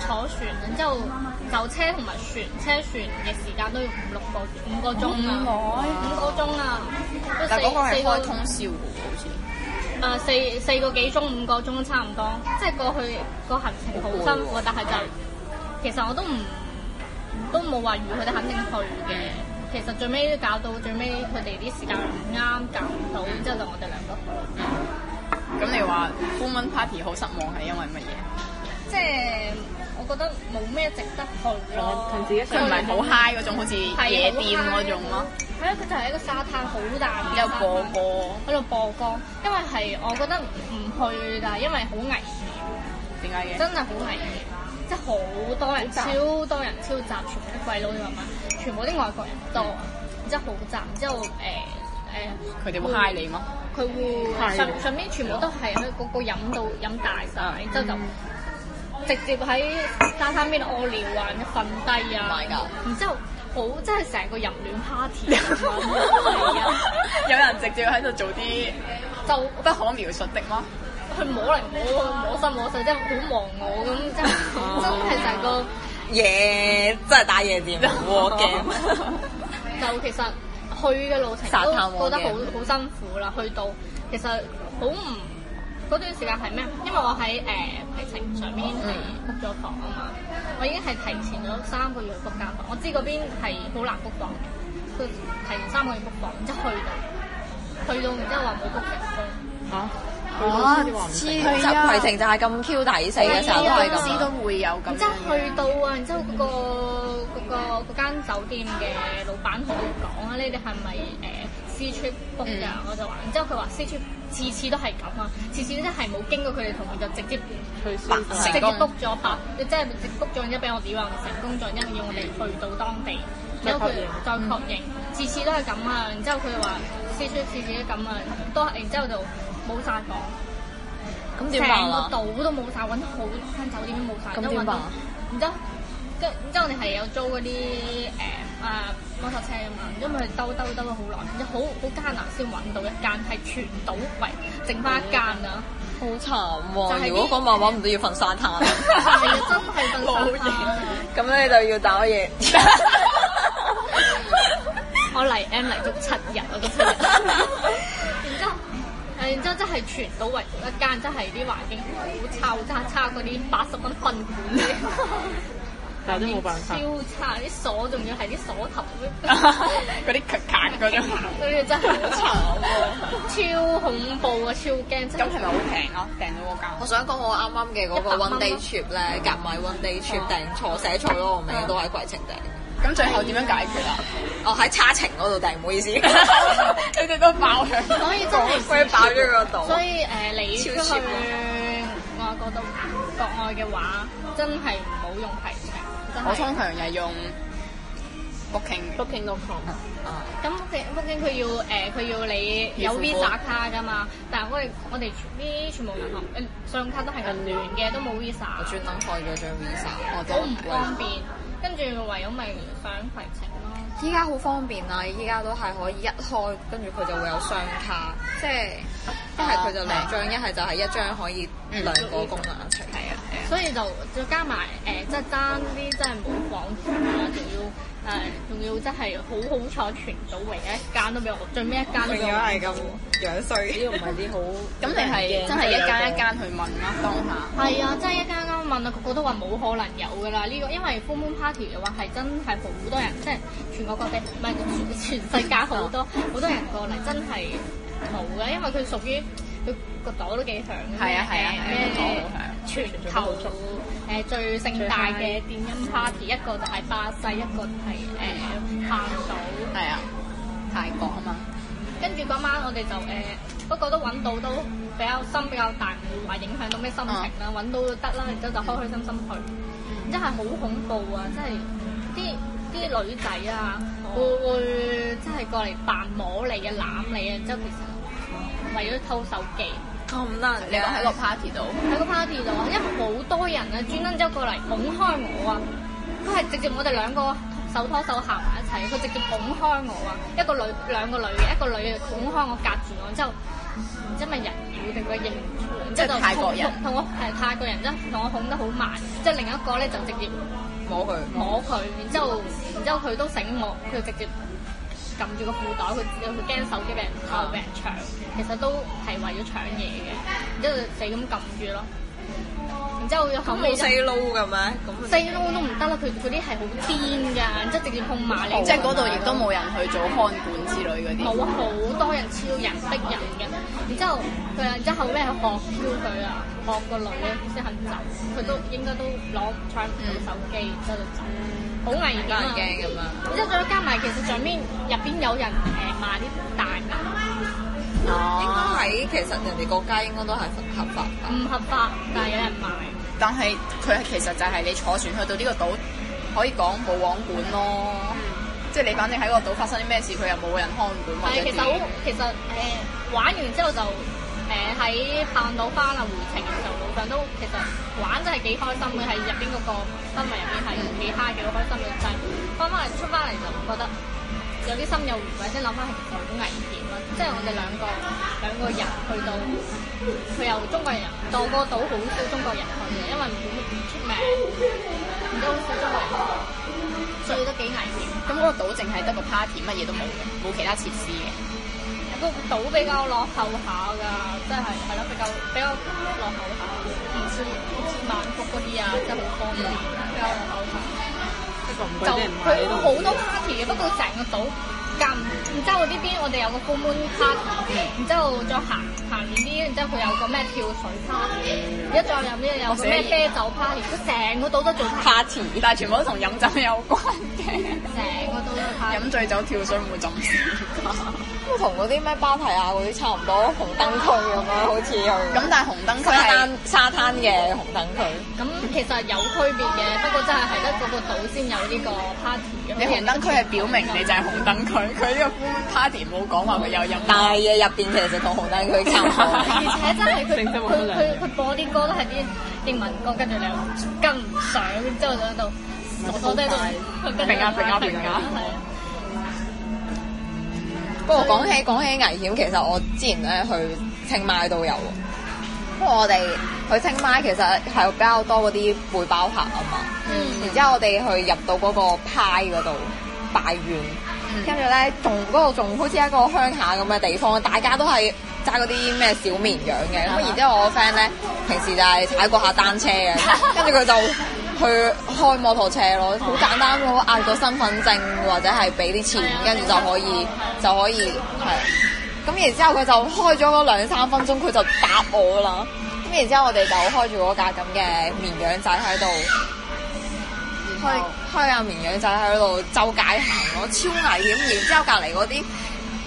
坐船，然之後就車同埋船車船嘅時間都要五六個五個鐘啊，
嗯
五個鐘啊，都
但
四
嗰個係
四
開通
個
宵㗎喎，好似。
啊四四個幾鐘五個鐘差唔多，即係過去個行程好辛
哦
苦，但係就其實我都唔都冇話預佢哋肯定去嘅。其實最尾都搞到最尾，佢哋啲時間唔啱，搞唔到，然之後就我哋兩個去。
咁你話 full moon party 好失望係因為乜嘢？
即係我覺得冇咩值得去咯。
佢自己
佢唔係好 high 嗰種，好似
係啊
夜店嗰種咯，。
係啊，佢就係一個沙灘好大嘅
有
沙灘
播歌，
喺度播歌，因為係我覺得唔去，但係因為好危險。
點解嘅？
真係好危險，即係好多人，超多人，超雜，全部啲鬼佬你話嘛，全部啲外國人多，然之後好雜，然之後誒誒
佢哋會 hi 你嗎？
佢會上上面全部都係喺嗰個飲到飲大
嗯
晒，之後就直接喺沙灘邊屙尿啊，瞓低啊
Oh my god，
然之後好真係成個淫亂 party 啊 係啊，
有人直接喺度做啲
就
不可描述的嗎？
去摸嚟摸去摸身摸手，真係好忘我咁，真係
Oh
真係成個。
夜真係打夜 戰 war game，
就其實去嘅路程
沙
都
灘喎
覺得好
嘅
好辛苦啦。去到其實好唔嗰段時間係咩？因為我喺誒、呃、攜程上面
嗯
係 book 咗房啊嘛，我已經係提前咗三個月 book 間房。我知嗰邊係好難 book 房嘅，佢提前三個月 book 房，然之後去到去到，然之後話冇 book 成功。
嚇，
哇！
佢老
黐
師
執攜程就係咁 Q 抵死嘅時候都係
公司
咁
都
啊。
會有咁樣
然之後去到啊，然之後嗰、個嗰、個嗰間酒店嘅老闆同我講啊，你哋係咪誒 C trip book 㗎？
嗯
我就話，然之後佢話 C trip 次次都係咁啊，次次真係冇經過佢哋同意就直接
佢輸
成
直
咗
接
功
book 咗白，即係直接 book 咗，然之後俾我哋話我哋成功咗，然之後要我哋去到當地，然之後佢再確認，次次都係咁啊，然之後佢話 C trip 次次都咁啊，都係然之後就冇晒房。
咁
成
點辦啊
個？島都冇晒，揾好多間酒店都冇晒，
咁
都揾
點辦啊
然之後，跟然之後我哋係有租嗰啲誒啊摩托車啊嘛，因為佢兜兜兜咗好耐，然之後好好艱難先揾到一間係全島為剩翻一間啊！
好慘
就係
喎！
啲
如果嗰晚揾唔到要瞓沙灘，
係啊，真係瞓
冇
曬
嘢
啊！
咁你就要打夜。
我嚟 M 嚟足七日啊，嗰七 日。然之後，誒，然之後真係全島唯獨一間，真係啲環境好差，好差差嗰啲八十蚊賓館嗰啲。
但係都冇辦法。
超差，啲鎖仲要係啲鎖頭
嗰啲咔咔嗰種，
嗰啲真係啊
好
超恐怖啊！超驚，
咁
真
係咪好平啊？訂到嗰間
我想講我啱啱嘅嗰個
100蚊
one day trip 咧，夾埋 one day trip 訂錯寫錯咗個名，都喺攜程訂。
咁最後點樣解決啊？
哦，喺差程嗰度訂，唔好意 思，
你哋都爆佢，
所以真係，
佢爆咗個
哦
所
島。
以誒、呃你出
超
去
蝕
外國到國外嘅話，真係唔好用攜程，真
我
係。
通常係用 booking 嘅
Booking.com
咁 booking booking 佢要誒佢、要你有
要付款
Visa 卡㗎嘛，但係我哋我哋啲全部銀行誒信用卡都係銀聯嘅，都冇 Visa。
我專登開咗張 visa，
我
好唔
都
方便，跟住唯有咪上攜程咯。
依家好方便啦！依家都係可以一開，跟住佢就會有雙卡，即係一係佢就兩張，一係就係一張可以兩個功能一齊。
係啊係啊，
所以就再加埋誒，即係爭啲真係冇房住啦，仲要誒，仲、要真係好好彩，全組唯一一間都俾我，最尾一間都俾
啊
我。
係咁樣衰
呢，個唔係啲好
咁你係真係一間一間去問啦，當下
係啊，真係一間啱問啊，個個都話冇可能有㗎啦。呢、個因為 full moon party 嘅話係真係好多人，即係全國各地唔係全全世界 好多好多人過嚟，真係冇㗎，因為佢屬於佢個朵都幾響嘅。
係啊係啊係啊
咩
個朵好響
全球誒最盛大嘅電音 party，一個就係巴西，一個就係誒泰島。
係啊，泰國啊嘛，
跟住嗰晚我哋就誒、不過都揾到都比較心比較大，唔會話影響到咩心情啦，揾、到就得啦，然之後就開開心心去，真係好恐怖啊！真係啲啲女仔啊，會會真係過嚟扮摸你啊、攬你啊，然之後其實為咗偷手機。
咁難
你講喺個 party 度，
喺個 party 度啊，因為好多人啊，專登走過嚟拱開我啊，佢係直接我哋兩個手拖手行埋一齊，佢直接拱開我啊，一個女兩個女嘅，一個女嘅拱開我隔住我，之後唔知咪人妖定佢認唔出嚟，
即係泰國人
同我係泰國人，即係同我拱得好埋，即係另一個咧就直接
摸佢，
摸佢，然之後然之後佢都醒我，佢直接。撳住個褲袋，佢佢驚手機俾人偷俾人搶，其實都係為咗搶嘢嘅，然之後就死咁撳住咯，然之後又後
咁
尾
冇
就
細撈嘅咩？
四窿都唔得啦，佢嗰啲係好癲㗎，然之後直接控罵你，
即係嗰度亦都冇人去做看管之類嗰
冇
啲，
啊好啊多人超人逼人嘅，然之後佢啊，然之後後尾係學 Q 佢啊，學個女咧先肯走，佢都應該都攞唔搶唔到手機，然之後就走，好危險
難
啊！
驚咁樣。
然之後再加埋，其實上面入邊有人誒呃賣啲大麻，
應
哦，
該喺其實人哋國家應該都係合法吧。
唔合法，但係有人賣，
但係佢係其實就係你坐船去到呢個島，可以講冇網管咯，即係你反正喺個島發生啲咩事，佢又冇人看管或者
係其實好，其實誒、呃玩完之後就誒喺行到翻啊回程嘅時候路上都其實玩真係幾開心嘅，喺入邊嗰個氛圍入邊係幾 high 幾開心嘅，但係翻翻嚟出翻嚟就覺得有啲心有餘悸，即係諗翻其實好危險啊！即係我哋兩個兩個人去到，佢又中國人，到個島好少中國人去嘅，因為唔出名，而都好少中國人去，所以都幾危險。
咁嗰個島淨係得個 party，乜嘢都冇嘅，冇其他設施嘅。
個島比較落後下㗎，即係係咯，比較比較落後下，唔似唔似萬福嗰啲啊，真係好方
嗯
便，比較落後下。
即
就
係咁貴啲人買
佢
都
好多 party 嘅，不過成個島間唔，然之後呢邊我哋有個 full moon party，然之後再行行遠啲，然之後佢有個咩跳水 party，而家再入邊有個咩啤酒 party，佢成個島都做 party，
party，但係全部都同飲酒有關嘅。
成個島都係 party
飲。醉酒跳水唔會浸死㗎
都同嗰啲咩芭提雅嗰啲差唔多，紅燈區咁樣，好似去
咁但係紅燈區
沙
係
灘沙灘嘅紅燈區。
咁其實有區別嘅，不過真係係得嗰個島先有呢個 party 嘅。
你紅燈區係表明你就係紅 燈區，佢呢個 full party 冇講話佢有飲。
但係嘢入邊其實同紅燈區差唔多。
而且真係佢佢佢佢播啲歌都係啲英文歌，跟住你又跟唔上，之後就喺度傻傻地喺度
評價評價評價
係啊
不過講起講起危險，其實我之前咧去清邁都有喎。不過我哋去清邁其實係比較多嗰啲背包客啊嘛。
嗯
然之後我哋去入到嗰個派嗰度拜縣，跟住咧仲嗰度仲好似一個鄉下咁嘅地方，大家都係揸嗰啲咩小綿羊嘅。咁然之後我個 friend 咧平時就係踩過下單車嘅，跟住佢就去開摩托車咯，好簡單咯，嗌個身份證或者係俾啲錢，跟住就可以就可以係。咁然之後佢就開咗嗰兩三分鐘，佢就答我啦。咁然之後我哋就開住嗰架咁嘅綿羊仔喺度。開開下綿羊仔喺度周街行咯，超危險。然之後隔離嗰啲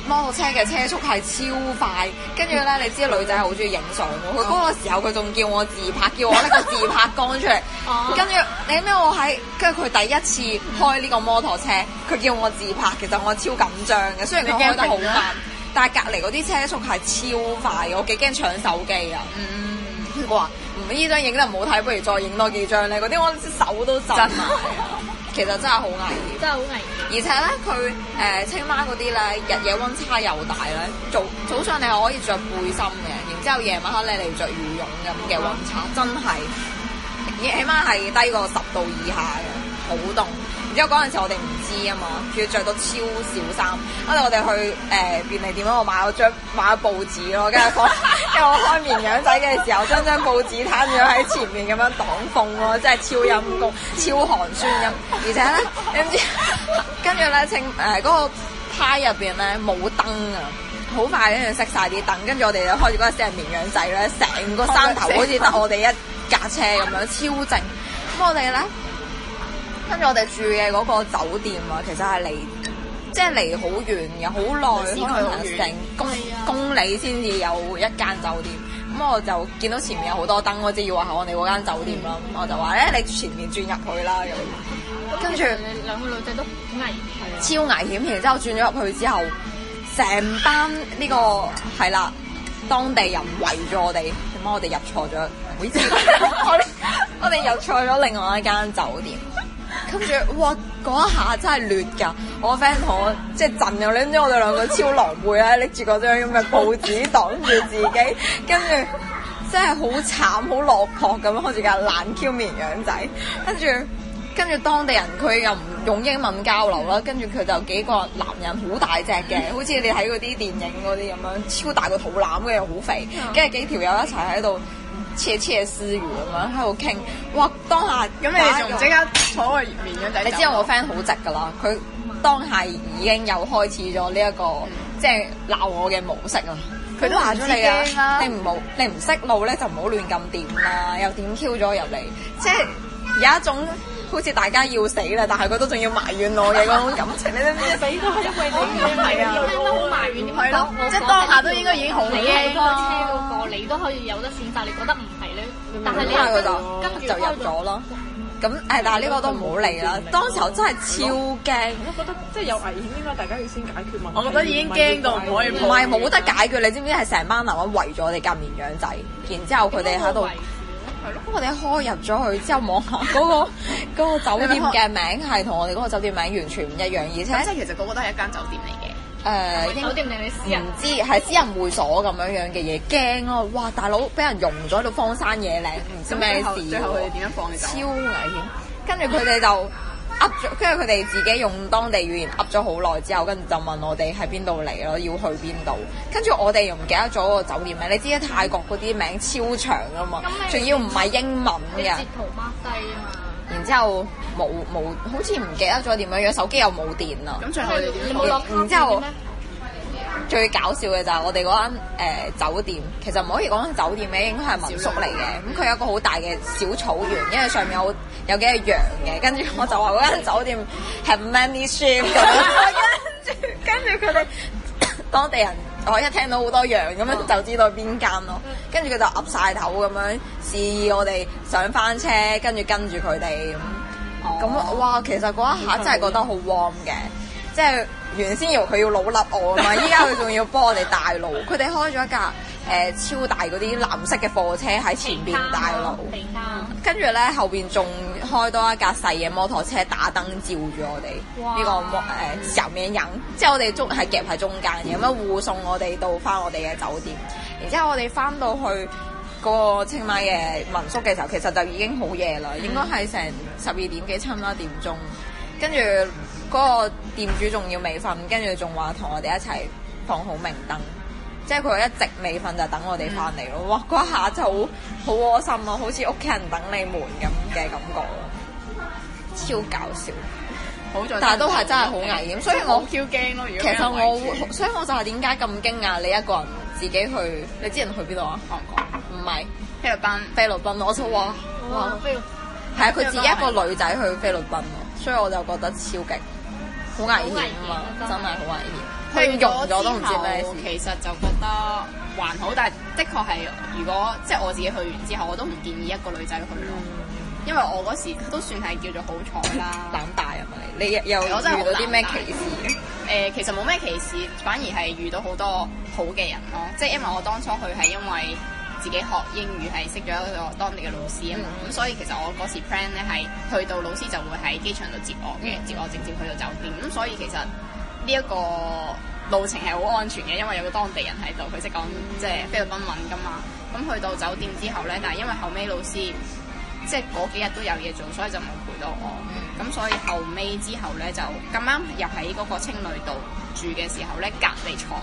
摩托車嘅車速係超快，跟住咧你知女仔好中意影相喎。佢嗰個時候佢仲叫我自拍，叫我拎個自拍杆出嚟
哦。
跟住你咩？我喺跟住佢第一次開呢個摩托車，佢叫我自拍，其實我超緊張嘅。雖然佢開得
你
好
驚唔驚啊
慢，但係隔離嗰啲車速係超快，我幾驚搶手機啊！
嗯，
佢話唔呢張影得唔好睇，不如再影多幾張咧。嗰啲我手都震埋， 其實真係好危險。
真係好危險。
而且咧，佢誒、呃清邁嗰啲咧，日夜温差又大咧，早早上你係可以着背心嘅，然之後夜晚黑咧你着羽絨咁嘅温差，真係起碼係低過十度以下嘅，好凍。然之後嗰陣時我哋唔知啊嘛，仲要着到超少衫，跟住我哋去誒、呃便利店嗰度買咗張買咗報紙咯，跟住放，跟住我開綿羊仔嘅時候，將張報紙攤咗喺前面咁樣擋風咯，真係超陰公，超寒酸咁。而且咧，你唔知 跟住咧，清誒嗰個派入邊咧冇燈啊！好快跟住熄晒啲燈，跟住我哋就開住嗰隻綿羊仔咧，成個山頭好似得我哋一架車咁樣，超靜。咁我哋咧，跟住我哋住嘅嗰個酒店啊，其實係離即係離好遠嘅，好
市
耐，
區
可
好遠
能
啊
成公公里先至有一間酒店。咁我就見到前面有好多燈，我只以為係我哋嗰間酒店啦。
嗯
我就話咧，你前面轉入去啦咁。跟住
啊你兩個女仔都好危啊險。
超危險。然之後轉咗入去之後，成班呢、個係啦，當地人圍咗我哋，點解我哋入錯咗？唔好 意思，我哋我哋入錯咗另外一間酒店。跟住，哇！嗰一下真係劣㗎，我 friend 同我即係震咗，你知唔知我哋兩個超狼狽咧，拎住嗰張咁嘅報紙擋住自己，跟住真係好慘，好落魄咁樣開住架爛 Q 綿羊仔，跟住跟住當地人佢又唔用英文交流啦，跟住佢就幾個男人好大隻嘅，好似你睇嗰啲電影嗰啲咁樣，超大個肚腩嘅又好肥，跟住幾條友一齊喺度竊竊私語咁樣喺度傾，哇！當下
咁你哋仲唔即刻坐個綿羊仔走？
你知道我 friend 好直噶啦，佢當下已經有開始咗呢一個、即係鬧我嘅模式啊！佢都話咗你
唔知驚啦
啊，你唔好你唔識路咧就唔好亂咁點啦，又點 Q 咗入嚟，即係有一種好似大家要死啦，但係佢都仲要埋怨我嘅嗰種感 情，你知唔知？死都係因為
你係啊，你都好埋怨點
係咯即係當下都應該已經好
你
驚啊
係開
啦嗯
車嗰個，你都可以有得選擇。你覺得唔係咧，但係
啊
咁
你
佢
又
就
跟住
就
開
入
咗
咗。咯，咁誒，但係呢個都唔好理啦。當時候真係超驚，
我覺得即係有危險，應該大家要先解決問題。
我覺得已經驚到唔可以
唔係冇得解決。你知唔知係成班男人圍咗我哋夾綿羊仔，然之後佢哋喺度。係咯，我哋開入咗去之後望下嗰個嗰個酒店嘅名係同我哋嗰個酒店名完全唔一樣，而
即
且
係其實個個都係一間酒店嚟嘅。
誒應
酒店定你私人
唔？知係私人會所咁樣樣嘅嘢，驚咯！哇，大佬俾人融咗到荒山野嶺，唔知
咁
咩
最
事
後
喎
最後佢哋點樣放你走？啊
超危險。跟住佢哋就噏咗，跟住佢哋自啊己用當地語言噏咗好耐之後，跟住就問我哋喺邊度嚟咯，要去邊度。跟住我哋又唔記得咗個酒店名，你知泰國嗰啲名超長噶嘛
咁，
仲
你
要唔係英文
嗯
你
嘅
截。圖 mark 低啊嘛。
然之後冇冇，好似唔記得咗點樣樣，手機又冇電啊啦。
咁最後你哋
你
點放？
冇攞卡
然之後
片嘅咩？
最搞笑嘅就係我哋嗰間誒酒店，其實唔可以講酒店嘅，應該係民宿嚟嘅。咁佢有一個好大嘅小草原，因為上面有有幾隻羊嘅。跟住我就話嗰間酒店係 many sheep 咁樣，跟住跟住佢哋 當地人，我一聽到好多羊咁樣就知道邊間咯。跟住佢就岌晒頭咁樣示意我哋上翻車，跟住跟住佢哋咁。咁、哇，其實嗰一下真係覺得好 warm 嘅，即係原先以為佢要老笠我 啊嘛，依家佢仲要幫我哋帶路。佢哋開咗一架誒、呃超大嗰啲藍色嘅貨車喺前啊邊
啊
帶路，
地
嗯
卡。
跟住咧後邊仲開多一架細嘅摩托車打燈照住我哋
哇
呢、個摩誒上面人，即係我哋中係夾喺中間嘅，咁樣護送我哋到翻我哋嘅酒店。然之後我哋翻到去嗰個清邁嘅民宿嘅時候，其實就已經好夜啦，應該係成十二點幾差唔多一點鐘。跟住嗰個店主仲要未瞓，跟住仲話同我哋一齊放好明燈。即係佢一直未瞓就等我哋翻嚟咯，哇！嗰一下就好好窩心啊，好似屋企人等你門咁嘅感覺咯，超搞笑。
好在，
但係都係真係好危險所以我
好 Q 驚咯。如果
其實我
俾人圍
會
住
所以我就係點解咁驚訝你一個人自己去？你之前去邊度啊？
韓國
唔係
菲律賓，
菲律賓，我就話
哇！不如
係啊，佢自己一個女仔去菲律賓喎，所以我就覺得超勁，好危險啊嘛，真係好危險。佢融咗都唔知咩事。
其實就覺得還好，但係的確係，如果即係我自己去完之後，我都唔建議一個女仔去咯，因為我嗰時都算係叫做好彩啦。
膽大啊嘛你，你又又遇到
我真係好
啲咩
膽大
歧視？
誒、其實冇咩歧視，反而係遇到好多好嘅人咯。即係因為我當初去係因為自己學英語係識咗一個當地嘅老師啊嘛，咁、所以其實我嗰時 friend 咧係去到老師就會喺機場度接我嘅，接我直接去到酒店。咁所以其實呢一個路程係好安全嘅，因為有個當地人喺度，佢識講即係菲律賓文噶嘛。咁去到酒店之後咧，但係因為後尾老師。即係嗰幾日都有嘢做，所以就冇陪到我。咁、所以後尾之後咧，就咁啱又喺嗰個青旅度住嘅時候咧，隔離床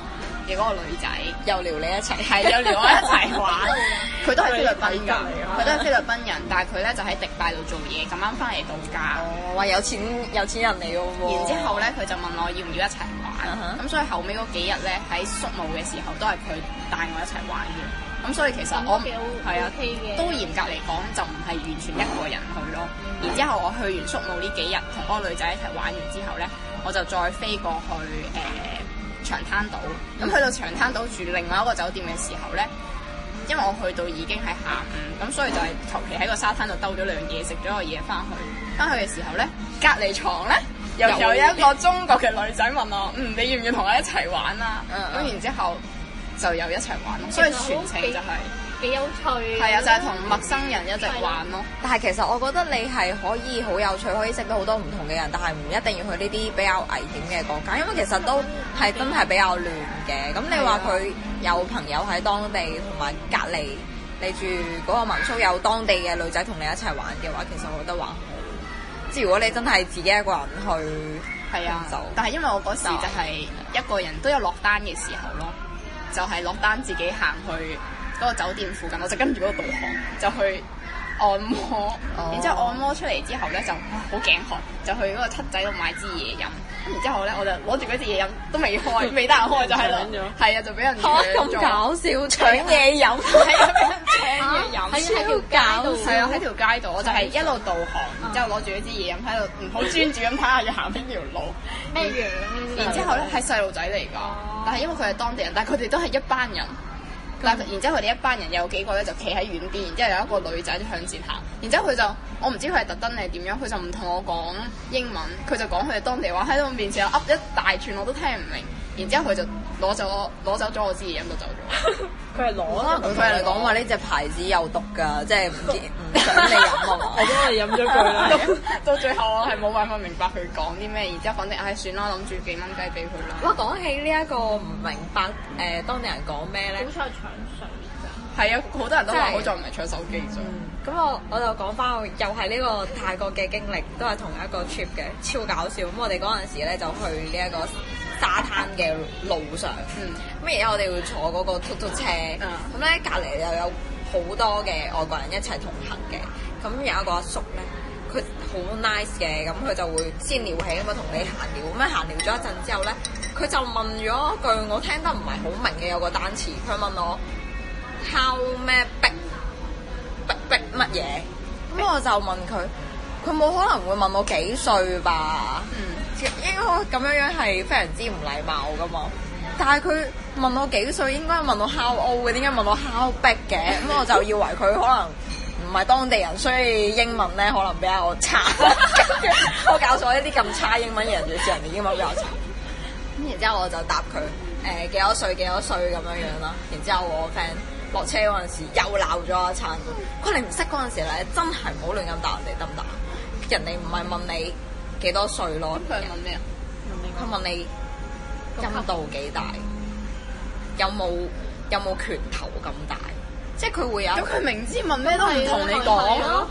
嘅嗰個女仔
又撩你一齊，
係有撩我一齊玩， 佢都係菲律賓人，佢都係菲律賓人，但係啊佢咧就喺迪拜度做嘢，咁啱翻嚟度假。
哦，話有錢有錢人嚟嘅喎。
然之後咧，佢就問我要唔要一齊
啊
玩
哈，
咁、所以後尾嗰幾日咧喺宿務嘅時候都係佢帶我一齊玩嘅，咁所以其實我
咁都幾好
係啊
OK 嘅
都嚴格嚟講就唔係完全一個人去咯。然之後我去完宿務呢幾日同嗰個女仔一齊玩完之後咧，我就再飛過去誒、呃、長灘島，咁去到長灘島住另外一個酒店嘅時候咧。因為我去到已經係下午，咁所以就係求其喺個沙灘度兜咗兩嘢，食咗個嘢翻去。翻去嘅時候咧，隔離床咧又
有
有一個中國嘅女仔問我：嗯，你要唔要同我一齊玩啊？
嗯
咁
嗯
然之後就又一齊玩咯。所以全程就係
幾有趣。
係啊，就係同陌生人一直玩咯。
但係其實我覺得你係可以好有趣，可以識到好多唔同嘅人，但係唔一定要去呢啲比較危險嘅國家，因為其實都係真係比較亂嘅。咁你話佢
啊
有朋友喺當地同埋隔離，你住嗰個民宿有當地嘅女仔同你一齊玩嘅話，其實我覺得還好。即係如果你真係自己一個人去，
係啊
就，
但係因為我嗰時就係一個人都有落單嘅時候咯，就係、落單自己行去嗰個酒店附近，我就跟住嗰個導航就去按摩，
哦
然之後按摩出嚟之後咧就哇好頸渴，就去嗰個七仔度買支嘢飲。咁然之後咧，我就攞住嗰支嘢飲，都未開， 未得閒開就喺度
搶咗，
係啊，就俾人
嚇
搶
咁
咗
搞笑，搶嘢飲，
係啊，俾人搶嘢飲。
喺喺條街度。
係啊，喺條街度，我就係一路導航，然之後攞住一支嘢飲喺度，嗯唔好專注咁睇下要行邊條路。
咩樣啊？
然之後咧係細路仔嚟㗎
哦，
但係因為佢係當地人，但係佢哋都係一班人，咁但然之後佢哋一班人有幾個咧就企喺遠邊，然之後有一個女仔就向前行，然之後佢就我唔知佢係特登定係點樣，佢就唔同我講英文，佢就講佢哋當地話喺我面前又噏一大串我都聽唔明，然之後佢就攞走我攞走咗我支嘢飲就走咗。
佢係攞啦，
可能佢係嚟講話呢隻牌子有毒㗎，即係唔 知唔想你飲啊嘛
我。幫你飲咗佢啦。
到最後我係冇辦法明白佢講啲咩，然之後反正唉、算啦，諗住幾蚊雞俾佢啦。
哇，講起呢一個唔明白誒、呃、當地人講咩咧
好？彩搶水咋，
係啊，好多人都話
真係
好在唔係搶手機啫。
嗯咁我我就講翻我又係呢個泰國嘅經歷，都係同一個 trip 嘅，超搞笑。咁我哋嗰陣時咧就去呢一個沙灘嘅路上，
嗯
咁而家我哋會坐嗰個 tuk tuk 車，
嗯
咁咧隔離又有好多嘅外國人一齊同行嘅，咁有一個阿叔咧。佢好 nice 嘅，咁佢就會先聊起咁啊，同你閒聊，咁樣閒聊咗一陣之後咧，佢就問咗一句我聽得唔係好明嘅有個單詞，佢問我 how 咩逼逼逼乜嘢？咁我就問佢，佢冇可能會問我幾歲吧？
嗯，
應該咁樣樣係非常之唔禮貌噶嘛。但係佢問我幾歲，應該問我 how old 嘅，點解問我 how big 嘅？咁我就以為佢可能唔係當地人，所以英文咧可能比較 差。我教咗一啲咁差英文嘅人，就知人哋英文比較差。咁然之後我就答佢誒幾多歲幾多歲咁樣樣啦。然之後我 friend 落車嗰陣時又鬧咗我一餐。佢話你唔識嗰陣時咧，真係唔好亂咁答人哋得唔得啊？人哋唔係問你幾多歲咯
咁，佢係問咩啊？
佢問你陰道幾大，有冇有冇拳頭咁大？即係佢會有
咁佢明知問咩都唔同你講
係咯。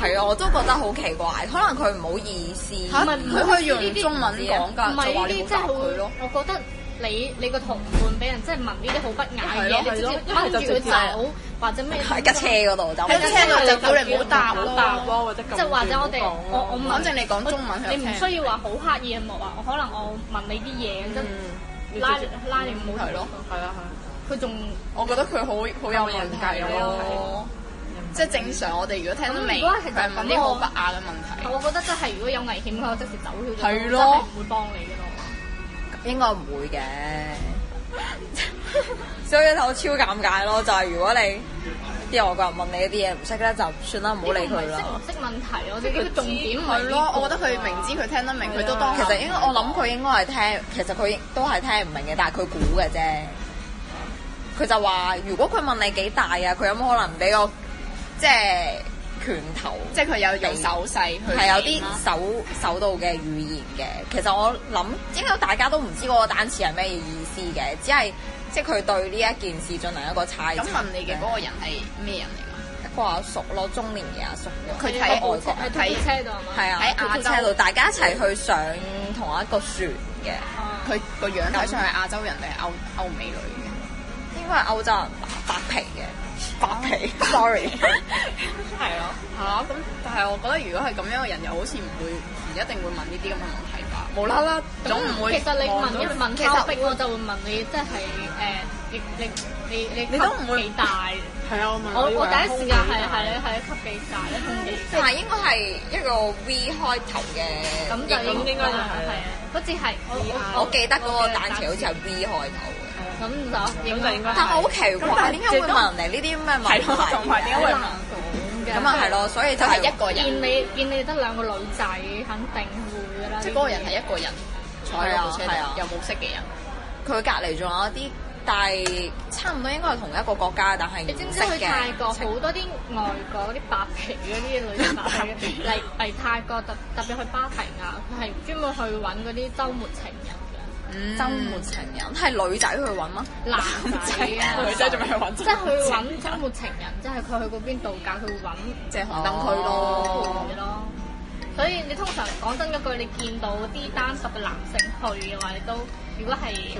係啊，我都覺得好奇怪，可能佢唔好意思。
嚇佢可以用
呢啲
中文講
唔
㗎，
係
就話
呢
你冇
啲真係
答
好，
佢咯。
我覺得你你個同伴俾人真係問呢啲好不雅嘅
係咯
嘢，你直
係咯
接
一係就
掹住
直
佢
接
走或者咩？
喺架車嗰度就
喺架車度就叫你唔好答
咯或者咁
即係或者我哋
唔好講咯
我我問
啊反正你講中文佢
你
就
唔
聽
需要話好刻意嘅冇啊，我可能我問你啲嘢咁拉
你直接
拉你唔
嗯
好
係咯
係啊係啊。
佢仲
我覺得佢好好有問題
有
咯
問，
即係正常我哋如果聽得明，
咁如果係
佢係問啲好不雅嘅問題。
我覺得真係如果有危險嘅，我即時走咗，
係
真
咯
係唔會幫你嘅咯。
應該唔會嘅。所以我超尷尬咯，就係、如果你啲外國人問你一啲嘢唔識咧，就算啦，唔好理佢啦
呢。個唔係識唔識問題咯，即係呢個重點唔係
係咯，
呢個哦
我覺得佢明知佢聽得明，佢都當
其實應該我諗佢應該係聽，其實佢都係聽唔明嘅，但係佢估嘅啫。佢就話：如果佢問你幾大啊，佢有冇可能俾個即係拳頭？
即係佢有用手勢去
係
形
有啲
容啦
手手度嘅語言嘅。其實我諗應該大家都唔知嗰個單詞係咩意思嘅，只係即係佢對呢一件事進行一個猜測。
咁啊問你嘅嗰個人係咩人嚟㗎？
一個阿叔咯，中年嘅阿叔咯。
佢睇
喺
外
部車
國
喺
睇
睇車度係嘛？
係啊，
喺亞
喺
洲
亞洲度，大家一齊去上同一個船嘅，
啊
佢個樣睇上係亞洲人定係歐歐美女嘅？
應該係歐洲人吧白皮嘅，白皮，sorry。
哦 係咯，嚇咁，但係我覺得如果係咁樣嘅人，又好似唔會唔一定會問呢啲咁嘅問題吧？無啦啦
咁
總唔會
其實你問一問
其實
topic，我就會問你即係誒你你你你
你都唔會
級幾大？
係啊，我問
我
你
我
話
第一時間係
空
係
氣
你係級幾大咧？空幾
同埋應該係一個 V 開頭嘅，
咁就
應
應該
該就
就
係啦
係啊，嗰次係我
我記得嗰個單詞好似係 V 開頭嘅。
咁就
咁就應該係
但好奇
咁但
怪，
係
點解會問人哋呢啲咩問
係
題？
咯，同埋點解會問？
咁啊係咯，所以就
就係
係
一個人
見，你見你得兩個女仔，肯定會㗎啦。
即係嗰個人係一個人坐喺部車
係啊
度，又冇識嘅人。
佢隔離仲有一啲，但係差唔多應該係同一個國家，但係
你知唔
唔
知
識
去
嘅。
泰國好多啲外國啲白皮嗰啲女仔白皮嚟嚟泰國特特別去芭提雅，佢係專門去揾嗰啲周末情人嘅
周末情人嗯係女仔去啊揾嗎？
男仔 啊，
女仔仲未去揾，
即係去揾周末情人，即係佢去嗰邊度假，佢會揾
即係紅燈區
哦
咯。
伴咯。所以你通常講真嗰句，你見到啲單獨嘅男性去嘅話，你都如果係誒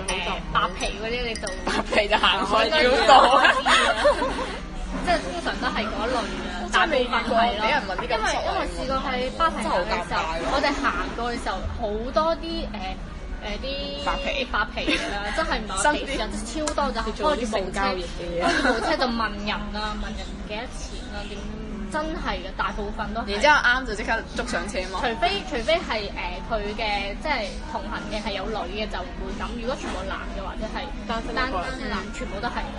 白皮嗰啲，你就
白皮就行開
應
繞
該
道。
即係通常都係嗰類嘅，
真
大
係未遇
部
過
分係咯。
俾人問啲咁熟
因為因為
嘅
試過喺芭提雅嘅時候，
啊
我哋行過嘅時候好多啲誒。誒啲
白皮
白皮嘅啦，真係唔係皮人超多就
做
開
啲
住部
性
車，
交易嘅嘢
開住部車就問人啊，問人幾多錢啊，點真係嘅，大部分都係
然之後啱就即刻捉上車嘛
除。非除非係誒佢嘅即係同行嘅係有女嘅就唔會咁，如果全部男嘅或者係單單單男全部都係嘅，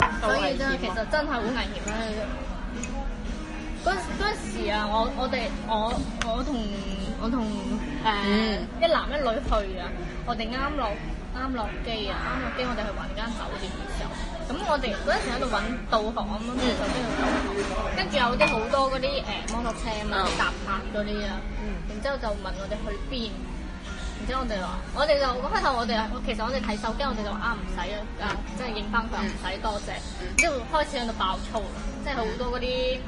好
所
危
以真係其
險啊
實真係好危險啦。嗰嗰陣時啊，我我哋我我同我同誒、
嗯
一男一女去啊，我哋啱落啱落機啊，啱落機我哋去揾間酒店嘅時候，咁我哋嗰陣時喺度揾導航啊咁
嗯
樣，手機度導航，跟住有啲好多嗰啲誒摩托車啊嘛
哦
嗯，
搭客嗰啲啊，
嗯
然之後就問我哋去邊。然之後我哋話，我哋就開頭我哋其實我哋睇手機，我哋就話啊唔使啊，即係影翻佢話唔使多謝。然之後開始喺度爆粗啦，即係好多嗰啲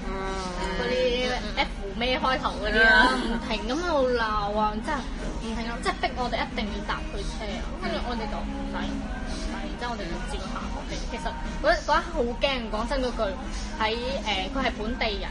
嗰啲 F 咩開頭嗰啲啦，唔停咁喺度鬧啊，真係唔停啊，即係逼我哋一定要搭佢車啊。跟住我哋就唔使唔使，然之後我哋就照行落嚟。其實嗰嗰一刻好驚，講真嗰句喺誒，佢係本地人。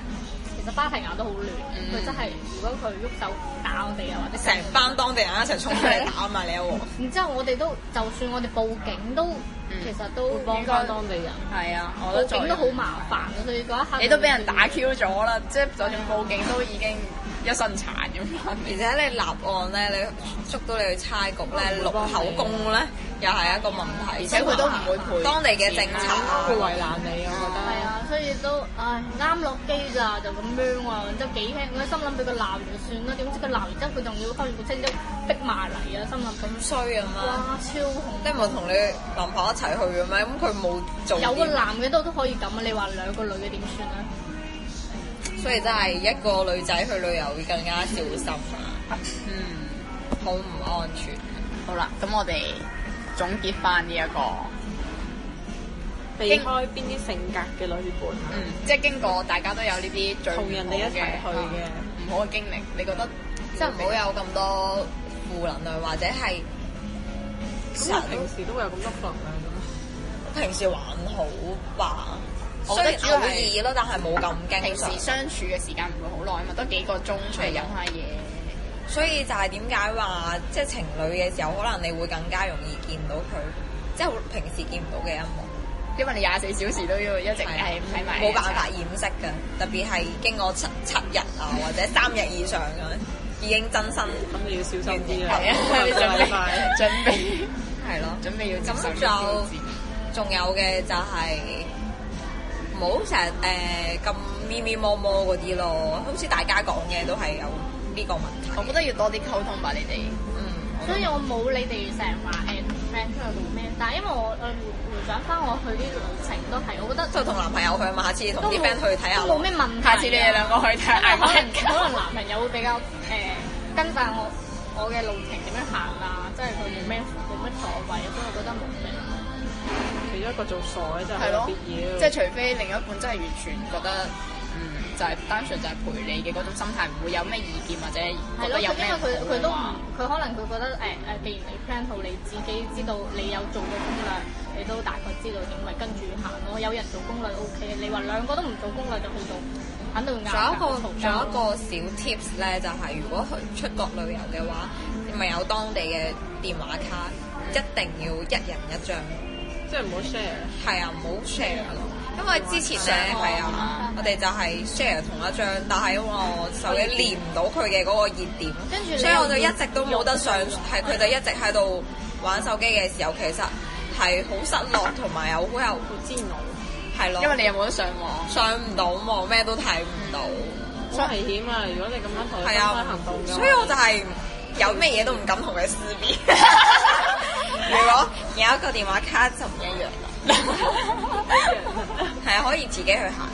其實芭提雅都好亂，佢真係如果佢喐手打我哋啊，或者
成班當地人一齊衝出嚟打啊嘛！你一鑊
然之後我哋都就算我哋報警都，
嗯
其實都
會幫翻當地人。
係啊，我
報
都做
警都好麻煩嘅，所以嗰一刻
你都俾人打 Q 咗啦，即係就算報警都已經一身殘咁樣。
而且你立案咧，你捉到你去差局咧，錄口供咧，又係一個問題。而
而且佢都唔會賠
當地嘅政策
會為難你，我覺得。
係啊，所以都唉啱落機咋就咁樣啊，然之後幾輕，我心諗俾佢鬧完就算啦，點知佢鬧完之後佢仲要開住部車之後逼埋嚟啊，心諗
咁衰啊嘛！
哇超恐
你唔係同你男朋友一齊去嘅咩？咁佢冇做
怖，有個
啲，
男嘅都都可以咁啊，你話兩個女嘅點算啊？
所以真係一個女仔去旅遊會更加小心啊，
嗯，
好唔安全。
好啦，咁我哋總結翻呢一個。
避開邊啲性格嘅旅伴，
嗯，即係經過大家都有呢啲最唔好
同人哋一齊去嘅
啊唔好嘅經歷，你覺得
即係唔好有咁多負能量，或者係
咁
啊
我平時都會有咁多負能量嘅咩
平時還好吧，
我
雖
覺得
然
主
偶
要係
爾咯，但係冇咁經
平
常
時。相處嘅時間唔會好耐啊嘛，都幾個鐘出嚟飲下嘢。
所以就係點解話即係情侶嘅時候，可能你會更加容易見到佢，即係平時見唔到嘅一幕，
因為你廿四小時都要一直係喺埋，
啊冇辦法。掩飾嘅。特別係經過七七日啊，或者三日以上咁，已經真身
咁你要小心啲啦。
係 啊，
下個禮拜
準備
係咯。
準備準備要接受
咁
呢個
就
挑戰
仲有嘅就係唔好成日誒咁咪咪摸摸嗰啲咯，好似大家講嘅都係有呢個問題。
我覺得要多啲溝通吧，你哋
嗯，
所以我冇你哋成日話誒 friend 出去做咩，但係因為我我回回想翻我去啲旅程都係，我覺得
就同男朋友去嘛，下次同
都
啲
冇
friend 去睇下
都
咯
冇。咩問題啊。啊
下次你哋兩個去睇
因為可能可能
嗌
男朋友會比較誒、呃跟晒我我嘅路程點樣行啊，即係佢冇咩冇乜所謂，所以我覺得冇咩。
其中一個做傻嘅就
係
係冇
咯
必，要。
即係除非另一半真係完全覺得。嗯，就係單純就係陪你嘅嗰種心態，唔會有咩意見或者
係
覺
咯，
得
因
有咩
為佢
唔好
佢都唔
啊
佢可能佢覺得誒誒、呃既然你 à, plan 好你自己知道你有做過攻略，你都大概知道點咪跟住行咯。有人做攻略 O、k 你話兩個都唔做攻略就去做，肯定會
仲
拗
有一個
嘈
仲
交
有一個小 tips 咧，就係、如果去出國旅遊嘅話，咪有當地嘅電話卡，一定要一人一張。
即係唔好 share。
係啊，唔好 share 咯，因為之前咧係啊，我哋就係 share 同一張，但係因為我手機連唔到佢嘅嗰個熱點，
跟住你
所以我就一直都冇得上，係佢就一直喺度玩手機嘅時候，其實係好失落同埋有好有
好煎熬，
係咯，
因為你有冇得上網，啊
上唔到網，咩都睇唔到，
好危險啊！如果你咁樣同佢分
係
開
啊
行動，嘅話，
所以我就係有咩嘢都唔敢同佢撕 逼。如果有一個電話卡就唔一樣啦， 係啊，可以自己去行。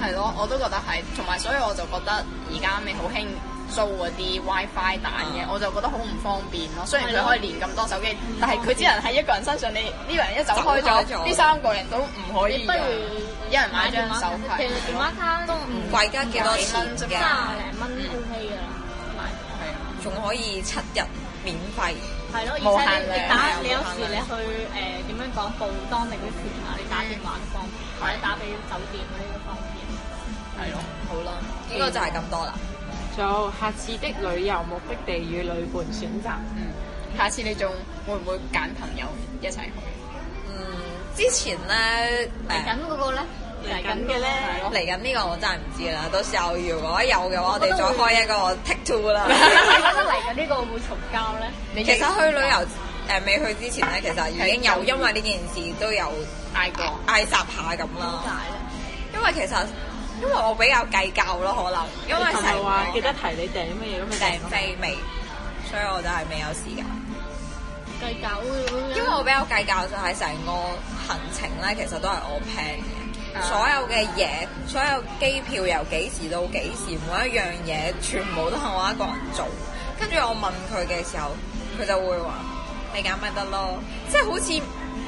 係咯，我都覺得係，同埋所以我就覺得而家咪好興租嗰啲 WiFi 蛋嘅，我就覺得好唔方便啊咯。雖然
係
佢
咯
可以連咁多手機，但係佢只能喺一個人身上，你呢個人一走開
走開
咗，
咗
呢三個人都唔可以啊
你不
用。
如
一人買張手
電話
提
其實電話卡都唔
貴而家幾多錢
三
嘅，
廿零蚊 O K 噶啦，買。
係啊，
仲可以七日免費。
係咯，而
無
且
限
你
量
你打
係
你有
無限
時你去誒點樣講報當地嗰啲團啊，你打電話都方便，或者打俾酒店嗰啲都方便。
係咯，
好啦，應該就係咁多啦。
仲有下次的旅遊目的地與旅伴選擇，
嗯。下次你仲會唔會揀朋友一齊去？
嗯，之前咧
嚟緊
誒
嗰個咧，
嚟緊嘅咧
係咯
嚟緊呢個我真係唔知啦，到時候如果有嘅話，我哋再開一個 take two 啦。
你覺得嚟緊呢個會嘈交咧？
你
其實去旅遊誒未去之前咧，其實已經有因為呢件事都有
嗌過，
嗌霎下咁
點
啦。
解咧？
因為其實因為我比較計較咯，可能因為
你琴日
成
話
個
記得提你訂乜嘢咁，你
訂
咗
飛未，所以我就係未有時間。
計較會會
因為我比較計較就係成個行程咧，其實都係我 plan
啊
嘅，所有嘅嘢，所有機票由幾時到幾時，每一樣嘢全部都係我一個人做。跟住我問佢嘅時候，佢就會話：你揀咪得咯，即係好似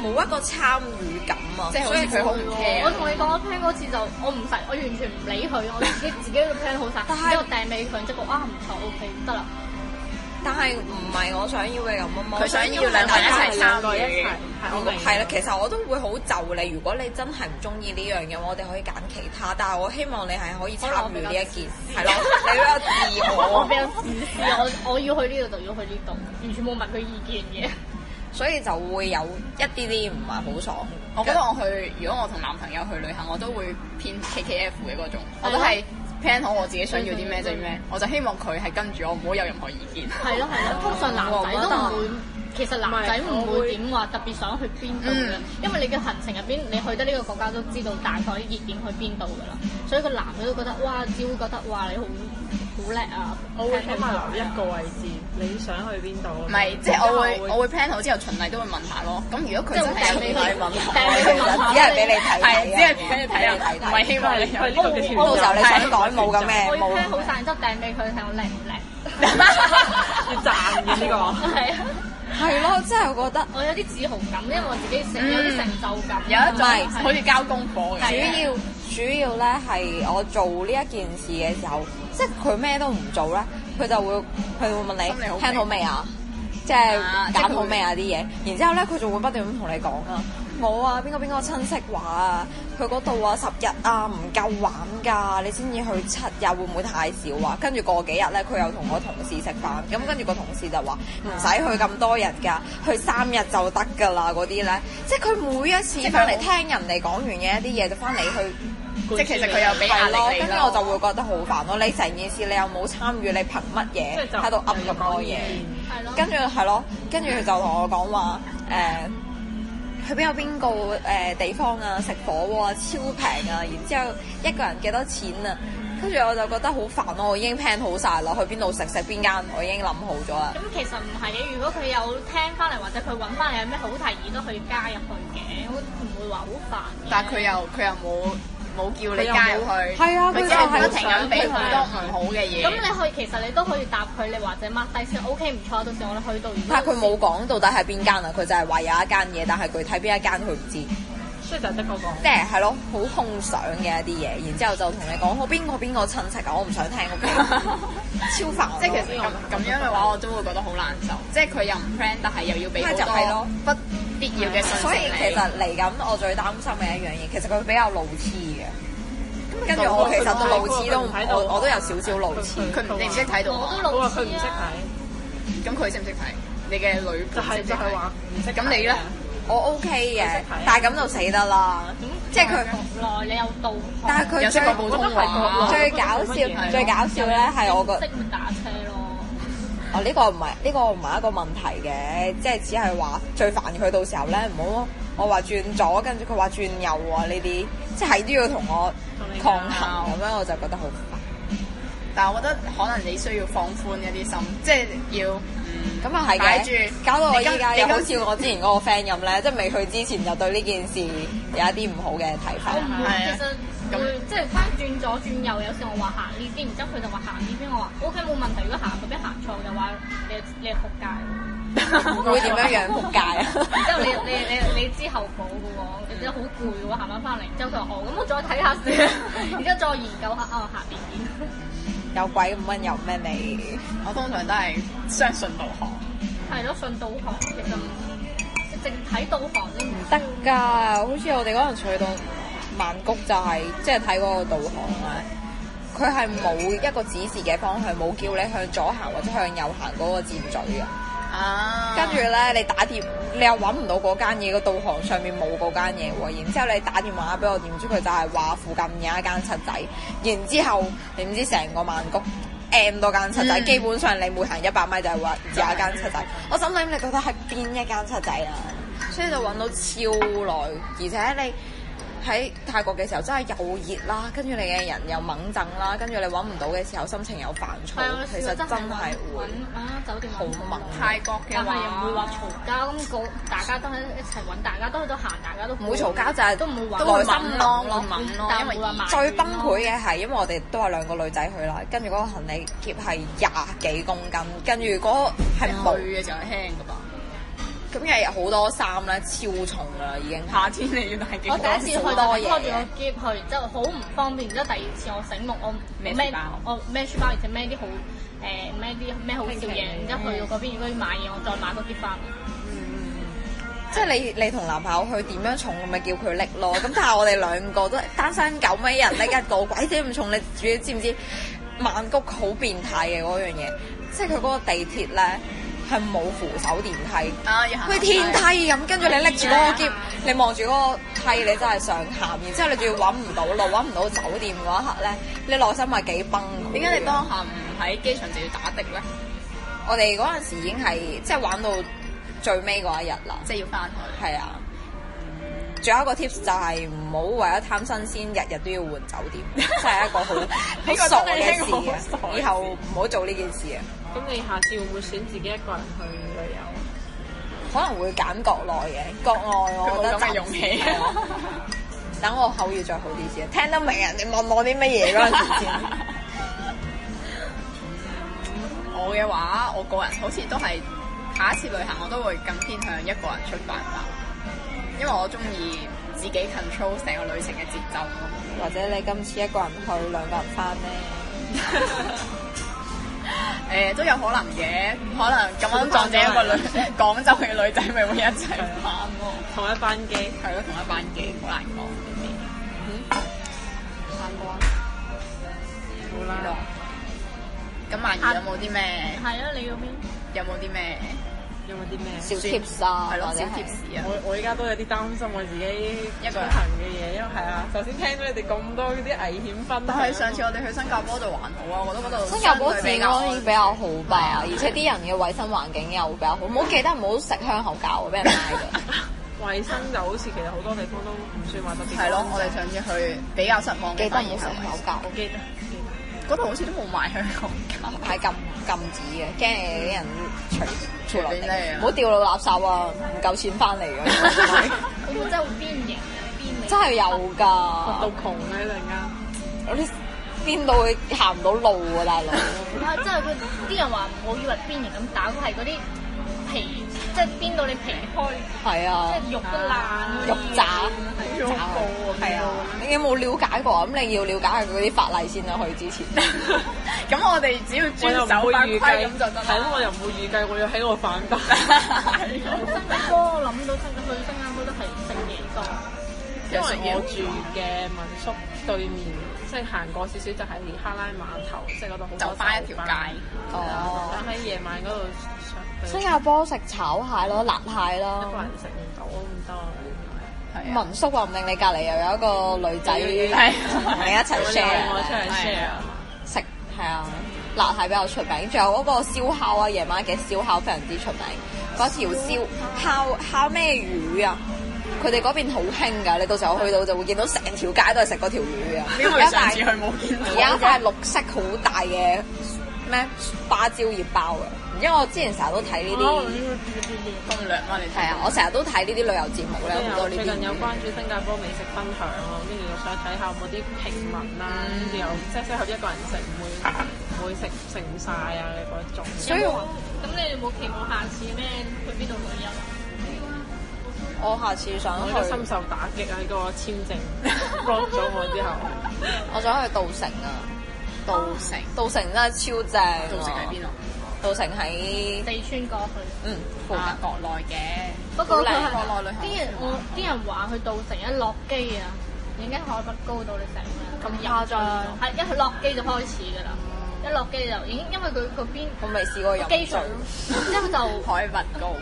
冇一個參與感啊，
即係好
所以
似佢好唔 care
我同你講，我 plan 嗰次就我唔使，我完全唔理佢，我自己 自己都 plan 好晒。
但係
之後訂尾佢即係話啊唔錯，OK 得啦。
但係唔係我想要嘅咁啊嘛，
佢想要
我
兩個人一齊
兩
參
個一齊
與，，
係我明。
係啦，其實我都會好就你。如果你真係唔中意呢樣嘢，我哋可以揀其他。但係我希望你係可以參與呢一件，係咯，你比較自
我
我
比，較自私，我我要去呢度就要去呢度，完全冇問佢意見嘅。
所以就會有一啲啲唔係好爽。
我覺得我去，如果我同男朋友去旅行，我都會偏 K K F 嘅嗰種，我都係 plan 好我自己想要啲
嗯
咩就要咩，我就希望佢係跟住我，唔好有任何意見。
係啊咯係咯，通常男仔都唔會，其實男仔唔會點話特別想去邊度嘅
嗯，
因為你嘅行程入邊，你去得呢個國家都知道大概啲熱點去邊度㗎啦，所以個男嘅都覺得哇，只會覺得哇你好好叻啊！
我會
plan
起
好
碼
晒
留一個位置，你想去邊度？
唔係，即係我會
然之後
我會 plan 好之後循例都會問下咯。咁如果佢
即係
真
會
係
掟俾佢
問
掟俾佢問下
只係俾你睇
係
睇
只
啊，
係俾你睇
俾
啊，
你
唔
睇
係
睇。
希望你有
佢呢個嘅團
到時候你想
係
改冇嘅咩
我要
冇
plan 好晒，然之後訂俾佢睇我靚唔靚。
要賺嘅呢 個。
係啊，
係咯，即係我覺得
我有啲自豪感，因為我自己成有啲成就感。
有一
唔係
種好似交功課
主
嘅。
要主要咧係我做呢一件事嘅時候，即係佢咩都唔做咧，佢就會佢會問
心理好疲
你聽好未啊？即係
啊即係佢
揀好未啊啲嘢，然之後咧佢仲會不斷咁同你講啊，我啊邊個邊個親戚話啊，佢嗰度啊十日啊唔夠玩㗎，你先至去七日會唔會太少啊？跟住過幾日咧，佢又同我同事食飯，咁跟住個同事就話唔使去咁多日㗎，去三日就得㗎啦嗰啲咧，即係佢每一次
即係佢
翻
好
嚟聽人哋講完嘅一啲嘢，就翻嚟去。
即係其實佢又俾壓
係咯，
力你
跟住
咯
我就會覺得好煩咯。你成件事你又冇參與，你憑乜嘢
即係就
喺度噏咁多嘢？
係咯，
跟住係咯，跟住佢就同我講話誒，去邊有邊個誒地方啊，食火鍋啊，超平啊，然之後一個人幾多錢啊？跟住我就覺得好煩咯，我已經 plan 好晒啦，去邊度食食邊間，我已經諗好咗啦。
咁其實唔係嘅，如果佢有聽翻嚟或者佢揾翻嚟有咩好提議都可以加入去嘅，唔會話好煩嘅。
但係佢又佢又冇冇叫你加入去，
係啊，
佢
佢
只
就
係
係
不停咁俾好多唔好嘅嘢。
咁你可以其實你都可以答佢，你或者 mark 低先，OK 唔錯，到時我哋去到如果
但係佢冇講到底係邊間啊，佢就係話有一間嘢，但係具體邊一間佢唔知。
所以就係得嗰個。
即係係咯，好空想嘅一啲嘢，然之後就同你講我邊個邊個親戚啊，我唔想聽屋 企，超煩啊咯。
即係其實咁咁樣嘅話，我都會覺得好難受。即係佢又唔 friend，但係又要俾好
咪就係咯
多不必要嘅信息
所以其實
你
嚟緊我最擔心嘅一樣嘢，其實佢比較路痴嘅。跟住我其實都路痴都唔
佢唔睇，到
我我都有少少路痴。
佢唔你唔識睇到
我
我，
都啊
我
老
話啊佢唔識睇，
咁佢識唔識睇？你嘅女
就
伴識
係
唔
就
識
係
睇？
話唔
啊
識睇。
咁你咧
我 OK
佢識
嘅
睇啊，
但係咁就死得啦。即係佢，
耐你有道行，
但係
又
佢
識
最
講普
我覺
通
得係
話
個，
最搞笑最搞笑咧係我個
識咪打車咯。
哦，呢個唔係呢個唔係一個問題嘅，即係只係話最煩佢到時候咧，唔好我話轉左，跟住佢話轉右啊呢啲，即係都要同我
同你
抗
講
衡咁樣，我就覺得好煩。
但係我覺得可能你需要放寬一啲心，即係要嗯
咁啊又係
擺住
嘅，搞到我
你今
依家
你
又
今
好似我之前嗰個 friend 咁咧，即係未去之前就對呢件事有一啲唔好嘅睇法。
我唔 會
係啊
其實會即係翻轉左轉右，有時我話行呢邊，然之後佢就話行呢邊，我話 O K 冇問題。如果行嗰邊行錯嘅話，你你係仆街喎。
會點 樣樣仆街啊？
然之後你你你你知後果嘅喎，然之後好攰喎，行翻翻嚟，然之後佢話哦，咁我再睇下先， 然之後再研究下哦下邊邊。
有鬼五蚊有咩味？
我通常都係相信導航，
係咯，信導航其實唔淨睇導航都唔
得㗎，好似我哋嗰陣去到曼谷就係、即係睇嗰個導航啊，佢係冇一個指示嘅方向，冇叫你向左行或者向右行嗰個箭嘴嘅。
啊
跟住咧，你打電，你又揾唔到嗰間嘢，個導航上面冇嗰間嘢喎。然之後你打電話俾我，點知佢就係話附近有一間七仔。然之後你唔知成個曼谷 M 多間七仔，
嗯
基本上你每行一百米就係話有一間七仔。我心諗你覺得係邊一間七仔啊？所以就揾到超耐，而且你喺泰國嘅時候真係又熱啦，跟住你嘅人又掹震啦，跟住你揾唔到嘅時候心情又煩躁
係啊，我，
其實真係會
揾啊酒店
好猛。
泰國嘅
但係又唔會話
話，
嘈交咁個，大家都喺一齊揾，大家都去到行，大家都
唔會嘈交就係
都唔會話
內
猛
心冷
咯
咯，
猛咯，
但
因為
會話慢
最崩潰嘅係，因為我哋都係兩個女仔去啦，跟住嗰個行李夾係廿幾公斤，跟住嗰個係冇
去嘅時候係輕噶吧。
咁又有好多衫啦，超重啦已經。
夏天你要帶幾
我
多
第一次去就
好多嘢
拖住個篋去，然之後好唔方便。然之後第二次我醒目，我
孭書包
我孭書包，而且孭啲好誒孭啲孭好少嘢。然之後去到嗰邊，如果要買嘢，我再買個篋翻嚟。
即係你你同男朋友去點樣重，咪叫佢拎咯。咁但係我哋兩個都單身狗咪一人拎一個，鬼死唔重！你自己知唔知曼谷好變態嘅嗰樣嘢？即係佢嗰個地鐵咧係冇扶手電梯，
啊，要行
佢天梯咁，跟住你拎住嗰個篋，你望住嗰個梯，你真係想喊。然之後你仲要揾唔到路，揾唔到酒店嗰一刻咧，你內心係幾崩潰。
點解你當下唔喺機場就要打的咧？
我哋嗰陣時已經係即係玩到最尾嗰一日啦，
即係要翻去。
係啊。仲有一個 tips 就係唔好為咗貪新鮮，日日都要換酒店，真係一個好好傻嘅
呢個真係一個好傻
事
嘅
啊！
事
以後唔好做呢件事啊，
咁你下次會唔會選自己一個人去旅遊？
可能會揀國內嘅，國外
佢
我 覺
冇
得
咁嘅
暫
勇
時
氣
係啊。等我口語再好啲先，聽得明人哋問我啲乜嘢嗰陣時先。
我嘅話，我個人好似都係下一次旅行我都會更偏向一個人出發吧，因為我中意自己 control 成個旅程嘅節奏。
或者你今次一個人去，兩個人翻呢？
誒、都有可能嘅，可能咁啱撞正一個女
啊
廣州嘅女仔，咪會一齊翻咯。
同一班機，
係咯，同一班嘅，好難講。嗯
行過啊，
好啦。
咁萬兒有冇啲咩？
係啊，你要邊？
有冇啲咩？
有冇啲咩？
小 tips 啊，
係咯，
或者
小
係
tips 啊。
我我依家都有啲擔心我自己
一
出
個人
行嘅嘢，因為係啊，頭先聽到你哋咁多啲危險分
但係上
享，
次我哋去新加坡就還好啊，我覺得嗰度
新加坡
相
治
對比
安
較
比較好吧，而且啲人嘅衞生環境又比較好。唔好記得唔好食香口膠啊，俾人拉 嘅。
衞生就好似其實好多地方都唔算話特別。
係咯，我哋上次去比較失望嘅，
記得唔好食口膠，
我記得，記得
嗰度好似都冇賣香港膠。
係禁禁止嘅，驚啲人除除落
隨便你啊
地，唔好掉落垃圾啊，唔夠錢翻嚟 嘅，
我本真係會邊形嘅邊
真係有
到
㗎。
窮咧，突然間。
有啲邊度會行唔到路啊，大佬。
唔係，即係佢啲人話唔好以為邊形咁打，佢係嗰啲皮，即係邊到你皮開，
係
即
啊，
係肉都爛嗰啲
肉渣。
好恐怖啊！
係啊，你有冇了解過啊？咁你要了解下佢啲法例先啦，去 之前。
咁我哋只要
我
遵
又唔
守
會
法
預
規
計，
咁就得
係咯，我
啦。
又唔會預計我要喺度反彈。
係
新
咯
加坡我諗到新加坡，去新加坡都係食嘢多。
因為我住嘅民宿對面，即係行過少少就係哈拉碼頭，即係嗰度好多
就翻一條街。
哦。
啊但喺夜晚嗰度上去
新加坡食炒蟹咯，辣蟹咯
一。個人食唔到咁多。
係啊
民宿話唔定你隔離又有一個女仔
係啊
同你一齊
啊我哋
share
我出嚟 share，
食，係啊，辣蟹比較出名。仲有嗰個燒烤啊，夜晚嘅燒烤非常之出名。嗰條燒烤烤咩魚啊？佢哋嗰邊好興㗎，你到時候去到就會見到成條街都係食嗰條魚啊！
因為
一
上
大
次去冇見
而
到。
家就係綠色好大嘅咩芭蕉葉包嘅，因為我之前成日都睇呢
哦
啲，
攻略嘛，你
係啊，我成日都 睇呢啲旅遊節目咧，好多呢
最近有
啲。
關注新加坡美食分享咯，跟住又想睇下有冇啲平民啦，
嗯
跟住又即係適合一個人食，唔會唔會食食唔晒啊嗰種。
所以我
咁你哋冇期望下次咩去邊度旅遊？
我下次想
我
去
而，家深受打擊啊！呢個簽 證 block 咗我之後，
我想去稻城啊！
哦稻城，
稻城真係超正啊。
稻城喺邊啊？
稻城喺
四川過去，
嗯附近
啊，。國內嘅。
不過佢係
好靚國內旅行
啲人我啲人話去稻城一落機啊，已經海拔高到你成個人
咁誇張
係一落機就開始㗎啦，一落機就已經因為佢嗰邊
我未試過飲
個機
醉
場，因為就
海拔高，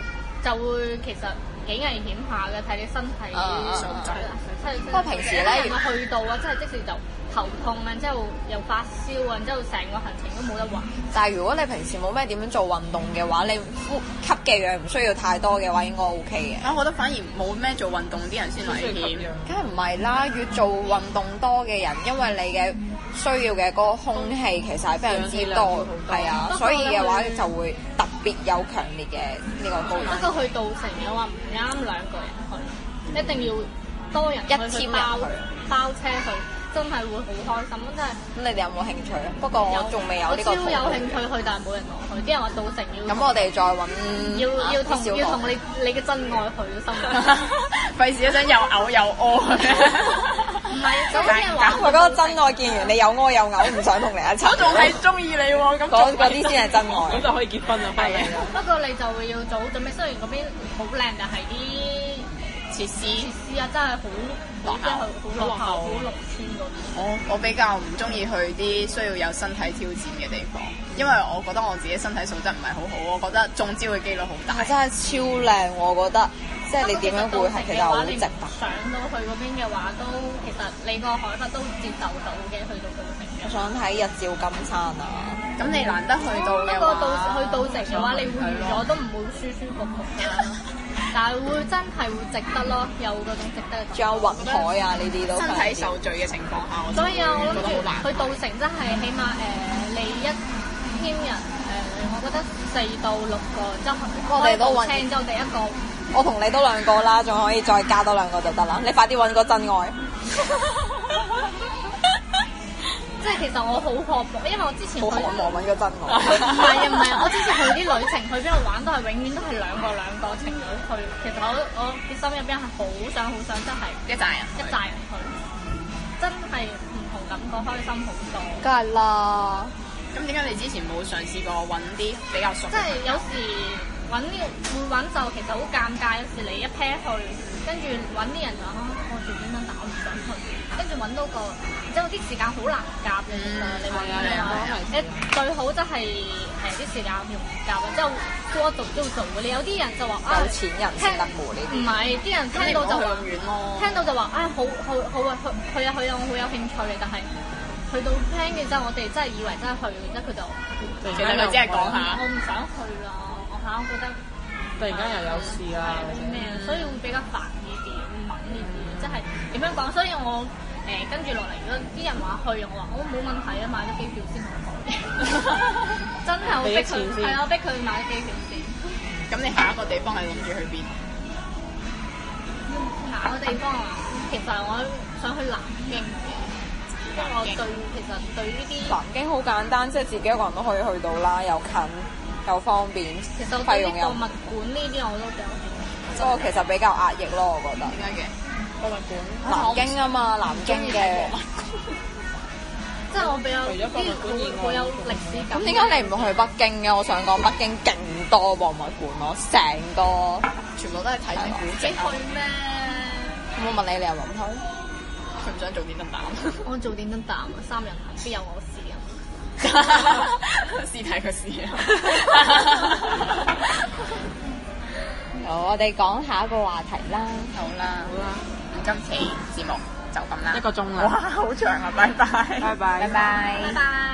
就會其實幾危險下嘅，睇你身
啊
體
啊啊
素質啦。不
不過平時咧
係咪去到啊，即係即時就頭痛啊，之後又發燒啊，之後成個行程都冇得玩。
但係如果你平時冇咩點樣做運動嘅話，你呼吸嘅氧唔需要太多嘅話，應該 OK 嘅。
啊，我覺得反而冇咩做運動啲人先危險。
梗係唔係啦，越做運動多嘅人，因為你嘅需要嘅嗰個空氣其實係非常之多，係啊，所以嘅話就會特別有強烈嘅呢個高
不
能。
過去到成嘅話唔啱兩個人去，一定要多人去
一 team 人
去包
去
包車去，真係會好開心，真係。
咁你哋有冇興趣啊？不過我仲未有呢個
我超
討論
有興趣去，但係冇人同我去，啲人話到成要
咁我哋再揾
要要同
小
要
學
同你你嘅真愛去嘅心諗。
費事一陣又嘔又屙。
唔係，
咁
咁啲人話
佢嗰個真愛見完你有屙有嘔，唔想同你一齊。
我仲係中意你喎，咁
嗰
仲
嗰啲先係真愛
咁。就可以結婚啦，翻嚟
啊
啦。
不過你就會要早準備，雖然嗰邊好靚，但係啲
設施。
設施啊真係好
落後
真係好落後、好農村嗰啲。
我我比較唔中意去啲需要有身體挑戰嘅地方，因為我覺得我自己身體素質唔係好好，我覺得中招嘅機率好大
啊。真係超靚，我覺得，即係你點樣會係其實好值得。
不過其實到成嘅話你上到去嗰邊嘅話，都其實你個海拔都接受到嘅，去到到城嘅
我。想睇日照金山啊！
咁你難得去到
不
嘅
過
話，
到去到城嘅話，你會預咗都唔會舒舒服服㗎啦。但係會真係會值得咯，有嗰種值得嘅感覺。
仲有雲海啊，呢啲都
身體
係
受罪嘅情況下，我
所以啊，我諗
覺得
住
好難。
去到城真係起碼誒、你一 team 人誒、我覺得四到六個，之後
我哋都
開部
揾
車之後第一個
我同你都兩個啦，仲可以再加多兩個就得啦。你快啲揾個真愛。
即係其實我好渴望，因為我之前
好
去
渴望揾個真
唔係啊
愛。
唔係啊，我之前去啲旅程去邊度玩都係永遠都係兩個兩個情侶去，其實我我嘅心入邊係好想好想真係。
一紮人
一
去，
寨人去，真係唔同感覺，開心好多。
梗係啦，
咁點解你之前冇嘗試過揾啲比較熟嘅
即係有時揾啲會揾就其實好尷尬，有時你一 pair 去，跟住揾啲人就話、啊我條點樣打唔想去，跟住揾到個，然之後啲時間好難夾嘅，
嗯
其實你話
係啊
係啊
係啊
你最好真係誒啲時間容易夾，即係多做都要做嘅。你有啲人就話啊
有，錢人先得冇呢
唔係啲人
咁你
聽到就
唔
話
好。去咁遠咯。
聽到就話啊，好好好啊，去去啊去啊，我好有興趣嘅，但係去到 plan 嘅之後，我哋真係以為真係去嘅，之後佢就啊
其實佢只係講下
我，唔想去啦，我嚇我覺得
突然間又有事啊
係啲咩，所以會比較煩呢啲，會問呢啲，即係點樣講？所以我誒、跟住落嚟，如果啲人話去，我話我冇問題啊，買咗機票先同我去， 真係我逼佢
俾咗錢先
係啊，我逼佢買咗機票先。
咁你下一個地方係諗住去邊？
下個地方啊，其實我想去南京嘅，因為我對其實對呢啲。
南京好簡單，即係自己一個人都可以去到啦，又近又方便
其實，我
費
對呢
用又
個
唔
物館呢啲我都比較興趣。
不過其實比較壓抑咯，我覺得。
點解嘅？
博物館
南京啊嘛，南京嘅。
即係我比較啲好好有歷史感。
咁點解你唔去北京嘅？我想講北京勁多博物館咯，成個。
全部都係睇啲古蹟
你
啊！
去咩？
咁我問你，你又唔去？
佢唔想做電燈膽，
我做電燈膽啊，三人行必有我師啊！
屍體個屍啊！
好，我哋講下一個話題啦。
好啦，好啦，咁今期節目就咁啦
一，個鐘
哇，
啦，
好長啊，拜拜，
拜拜
拜拜
拜。拜。